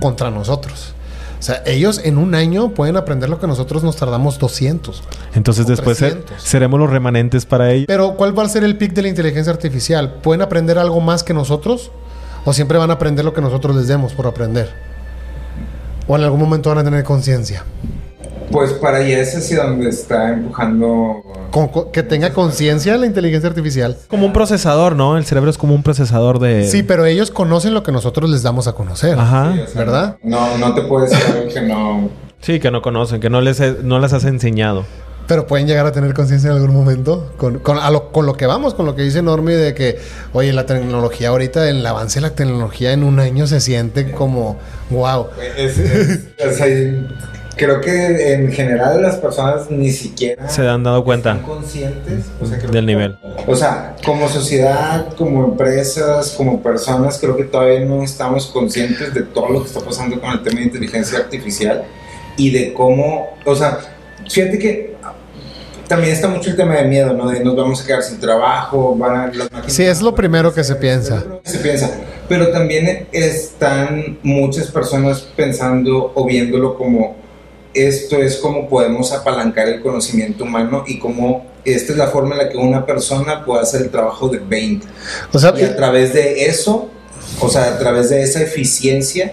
contra nosotros. O sea, ellos en un año pueden aprender lo que nosotros nos tardamos 200. güey.
Entonces
o
después ser-
300.
seremos los remanentes para ellos.
Pero ¿cuál va a ser el pic de la inteligencia artificial? ¿Pueden aprender algo más que nosotros? ¿O siempre van a aprender lo que nosotros les demos por aprender? ¿O en algún momento van a tener conciencia?
Pues para allá es hacia donde está empujando.
Con- con- Que tenga conciencia la inteligencia artificial.
Como un procesador, ¿no? El cerebro es como un procesador de...
Sí, pero ellos conocen lo que nosotros les damos a conocer.
Ajá.
Sí, o sea,
¿Verdad?
No, no te puedes decir algo que no.
Sí, que no conocen, que no les, he- no les has enseñado.
Pero pueden llegar a tener conciencia en algún momento con, con, a lo, con lo que vamos, con lo que dice Normi de que, oye, la tecnología ahorita, el avance de la tecnología en un año se siente como, wow.
Es- es- o sea, creo que en general las personas ni siquiera.
Se han dado
¿Están
cuenta
conscientes? O sea, creo
del
que-
nivel.
O sea, como sociedad, como empresas, como personas, creo que todavía no estamos conscientes de todo lo que está pasando con el tema de inteligencia artificial. y de cómo, o sea, fíjate que también está mucho el tema de miedo, ¿no? De nos vamos a quedar sin trabajo, van a las máquinas.
Sí, es lo primero que se piensa.
Se piensa, pero también están muchas personas pensando o viéndolo como esto es como podemos apalancar el conocimiento humano y cómo esta es la forma en la que una persona puede hacer el trabajo de 20.
O sea,
Y a través de eso, o sea, a través de esa eficiencia,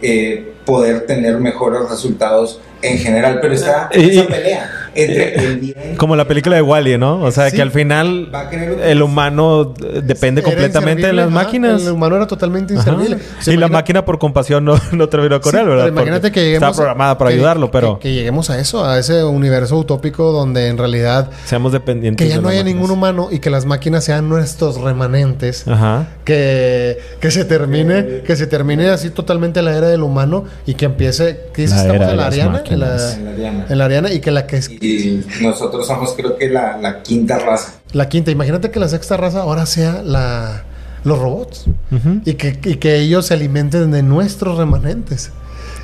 eh, poder tener mejores resultados en general. Pero está
Y-
esa pelea entre el bien.
Como la película de Wally, ¿no? O sea,
Sí.
que al final
Va a querer utilizar-
el humano eh, depende
era
completamente de
inservible,
las
ajá,
máquinas.
El humano era totalmente
Ajá.
inservible. O sea,
y la
imagina-
máquina por compasión no, no terminó con
Sí,
él, ¿verdad?
pero imagínate
Porque
que lleguemos.
Estaba programada para
que-
ayudarlo, pero
Que, que lleguemos a eso, a ese universo utópico donde en realidad.
seamos dependientes.
Que ya
de
no
las
haya
máquinas.
ningún humano y que las máquinas sean nuestros remanentes.
Ajá.
que, que se termine, que se termine así totalmente la era del humano y que empiece, ¿qué dices?
La
Estamos
era
en la
de las
Ariana, en la,
máquinas.
En la Diana.
en la Ariana y que la que es
Y nosotros somos, creo que, la, la quinta raza.
la quinta, imagínate que la sexta raza ahora sea la los robots
Ujú.
y que, y que ellos se alimenten de nuestros remanentes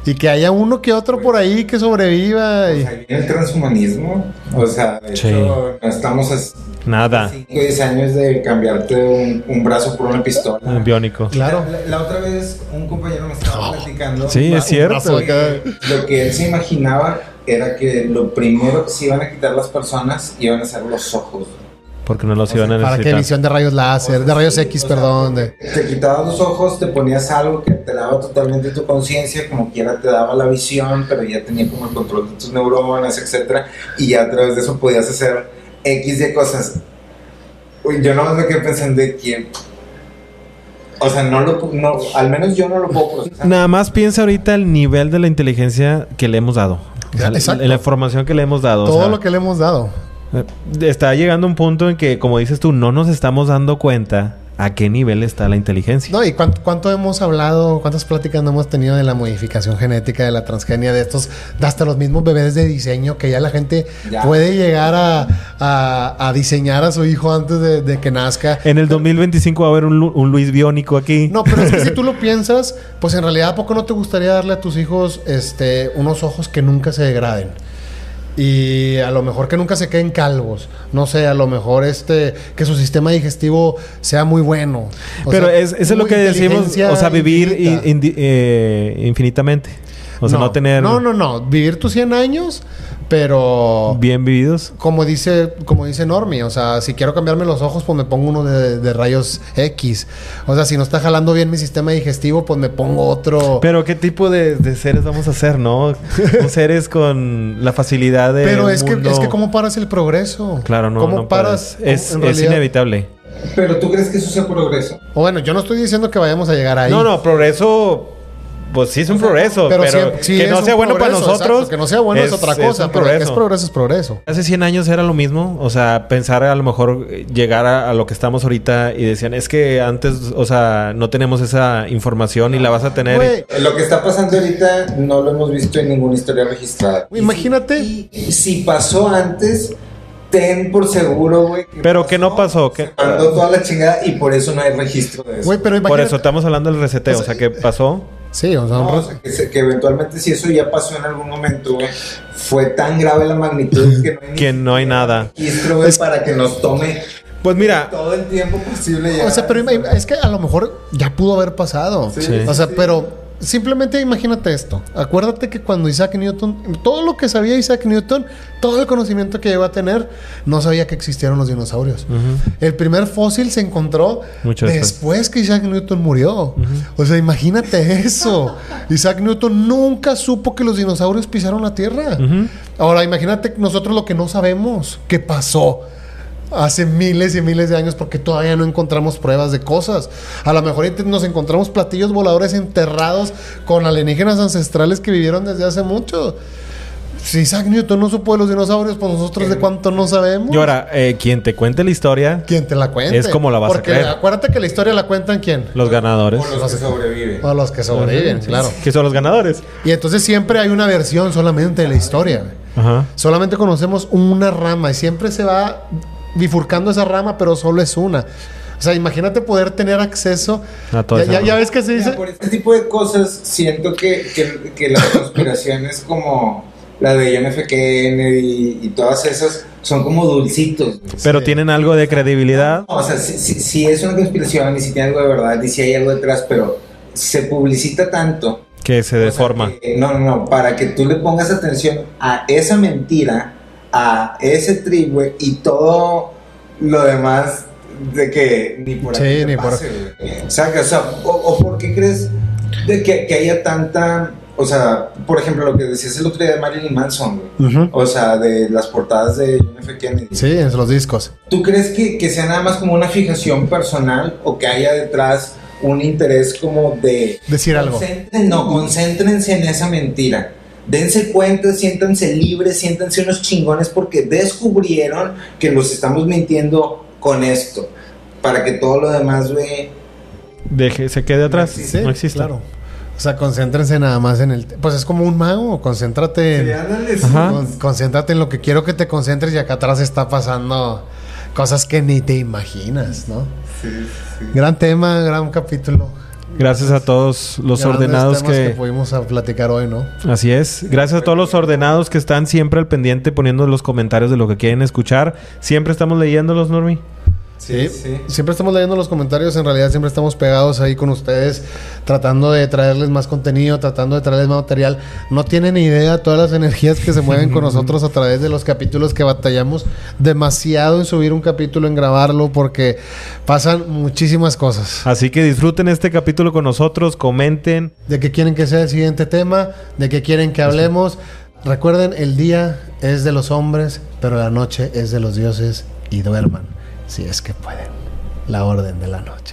y que haya uno que otro por ahí que sobreviva y-
Ahí viene el transhumanismo. O sea, de
Sí.
hecho, estamos a
Nada.
5 o 10 años de cambiarte un, un brazo por una pistola.
Biónico.
claro.
La, la otra vez un compañero me estaba platicando.
Sí,
Va-
es cierto.
un brazo acá.
Lo que él se imaginaba era que lo primero que se iban a quitar las personas iban a ser los ojos.
Porque no los iban a
Para que
necesitar.
visión de rayos láser, de rayos X,
O sea,
perdón, de-
Te quitabas los ojos, te ponías algo que te daba totalmente tu conciencia, como quiera te daba la visión, pero ya tenía como el control de tus neuronas, etcétera, y ya a través de eso podías hacer X de cosas. Uy, Yo no me quedé pensando de quién. O sea, no lo, no, al menos yo no lo puedo procesar.
Nada más piensa ahorita el nivel de la inteligencia que le hemos dado. O sea,
Exacto.
la, la información que le hemos dado. o
todo
sea,
lo que le hemos dado.
eh, Está llegando un punto en que, como dices tú, no nos estamos dando cuenta a qué nivel está la inteligencia.
Este. No, y cuánto, cuánto hemos hablado, cuántas pláticas no hemos tenido de la modificación genética, de la transgenia, de estos, de hasta los mismos bebés de diseño, que ya la gente
Ya.
puede llegar a, a- a diseñar a su hijo antes de, de que nazca.
En el 2025 va a haber un, Lu- un Luis biónico aquí.
No, pero es que si tú lo piensas, pues en realidad, ¿a poco no te gustaría darle a tus hijos este, unos ojos que nunca se degraden? Y a lo mejor que nunca se queden calvos. No sé, a lo mejor este que su sistema digestivo sea muy bueno. O
Pero
sea,
es, eso es lo
una
que decimos,
inteligencia
o sea, vivir
infinita.
in- indi- eh, infinitamente. O sea, no, tener
No, no, no. Vivir tus 100 años, pero.
bien vividos.
Como dice, como dice Normi, o sea, si quiero cambiarme los ojos, pues me pongo uno de, de rayos X. O sea, si no está jalando bien mi sistema digestivo, pues me pongo otro. Pero,
Pero qué tipo de, de seres vamos a ser, ¿no? Son seres con la facilidad de... un
es, que,
mundo-
es que, ¿cómo paras el progreso?
Claro, no,
¿Cómo
no
paras?
puedes. Es,
en
es
realidad-
inevitable.
Pero tú crees que eso sea progreso.
O bueno, yo no estoy diciendo que vayamos a llegar ahí.
No, no, progreso. Pues sí es un progreso, pero,
pero sí- sí
que no
es un
sea bueno para
progreso,
nosotros.
exacto, que no sea bueno es, otra cosa,
un
pero que es
progreso.
progreso es progreso.
Hace 100 años era lo mismo, o sea, pensar a lo mejor eh, llegar a, a lo que estamos ahorita y decían, es que antes, o sea, no tenemos esa información y la vas a tener.
Güey,
Eh, Lo que está pasando ahorita no lo hemos visto en ninguna historia registrada.
Güey, imagínate.
Y si, y si pasó antes, ten por seguro, güey.
Pero que no pasó, que-
que mandó toda la chingada y por eso no hay registro de eso.
güey, pero
Por
imagínate.
eso estamos hablando del reseteo, o sea, que pasó.
Sí, o sea, un
No, o
proceso.
sea, que, se- que eventualmente si eso ya pasó en algún momento, güey, fue tan grave la magnitud que no hay, ni
Que no hay nada.
registro, güey, para que nos tome
Pues mira,
todo el tiempo posible.
O
llegar
sea,
a
pero
eso,
ima-
güey.
es que a lo mejor ya pudo haber pasado.
Sí.
O sea,
sí.
pero simplemente imagínate esto. Acuérdate que cuando Isaac Newton, todo lo que sabía Isaac Newton, todo el conocimiento que llegó a tener, no sabía que existieron los dinosaurios. El primer fósil se encontró
Mucho
después.
después.
que Isaac Newton murió. O sea, imagínate eso. Isaac Newton nunca supo que los dinosaurios pisaron la Tierra.
Ujú.
Ahora, imagínate nosotros lo que no sabemos, que pasó hace miles y miles de años porque todavía no encontramos pruebas de cosas. A lo mejor ent- nos encontramos platillos voladores enterrados con alienígenas ancestrales que vivieron desde hace mucho. Si Isaac Newton no supo de los dinosaurios, pues nosotros
Eh,
de cuánto no sabemos.
y ahora, eh, quien te cuente la historia,
¿Quién te la cuenta?
Es como la vas a
Porque
creer.
acuérdate que la historia la cuentan quién?
los ganadores.
Por los que sobreviven.
A los que sobreviven, claro.
Que son los ganadores.
Y entonces siempre hay una versión solamente de la historia. güey.
Ajá.
Solamente conocemos una rama y siempre se va bifurcando esa rama, pero solo es una. O sea, imagínate poder tener acceso.
A todo
ya,
eso,
ya-
¿no?
ya ves que se
Mira,
dice.
por
Este tipo de cosas siento que, que- que las conspiraciones como la de John F. Kennedy y todas esas son como dulcitos. güey.
Pero
eh,
tienen algo de credibilidad.
O sea, si, si- si es una conspiración y si tiene algo de verdad y si hay algo detrás, pero se publicita tanto
que se
O sea,
deforma.
que- no, no, no, para que tú le pongas atención a esa mentira, a ese trip, güey, y todo lo demás de que ni por
Sí,
aquí te
ni por-
pase, güey. Saca, o sea, o, o por qué crees de que, que haya tanta, o sea, por ejemplo, lo que decías el otro día de Marilyn Manson, güey.
Ujú.
O sea, de las portadas de John F. Kennedy.
Sí, en los discos.
¿Tú crees que, que sea nada más como una fijación personal o que haya detrás un interés como de
Decir algo.
Concentren- no, concéntrense en esa mentira. Dense cuenta, siéntanse libres, siéntanse unos chingones porque descubrieron que los estamos mintiendo con esto. Para que todo lo demás, güey.
Deje, se quede atrás.
Sí,
no existe.
Claro. O sea, concéntrense nada más en el. Pues es como un mago, concéntrate. en-
Sí, ándale, sí.
Ajá.
Con- concéntrate en lo que quiero que te concentres y acá atrás está pasando cosas que ni te imaginas, ¿no?
Sí, sí.
Gran tema, gran capítulo.
Gracias a todos los
Grandes
ordenados
temas
que,
pudimos a platicar hoy, ¿no?
Así es. Gracias a todos los ordenados que están siempre al pendiente poniendo los comentarios de lo que quieren escuchar. Siempre estamos leyéndolos, Normi.
Sí, sí.
Siempre estamos leyendo los comentarios, en realidad siempre estamos pegados ahí con ustedes, tratando de traerles más contenido, tratando de traerles más material. No tienen idea todas las energías que se mueven con nosotros a través de los capítulos que batallamos demasiado en subir un capítulo, en grabarlo, porque pasan muchísimas cosas.
Así que disfruten este capítulo con nosotros, comenten.
de qué quieren que sea el siguiente tema, de qué quieren que hablemos. Recuerden, el día es de los hombres, pero la noche es de los dioses y duerman, si es que pueden. La orden de la noche.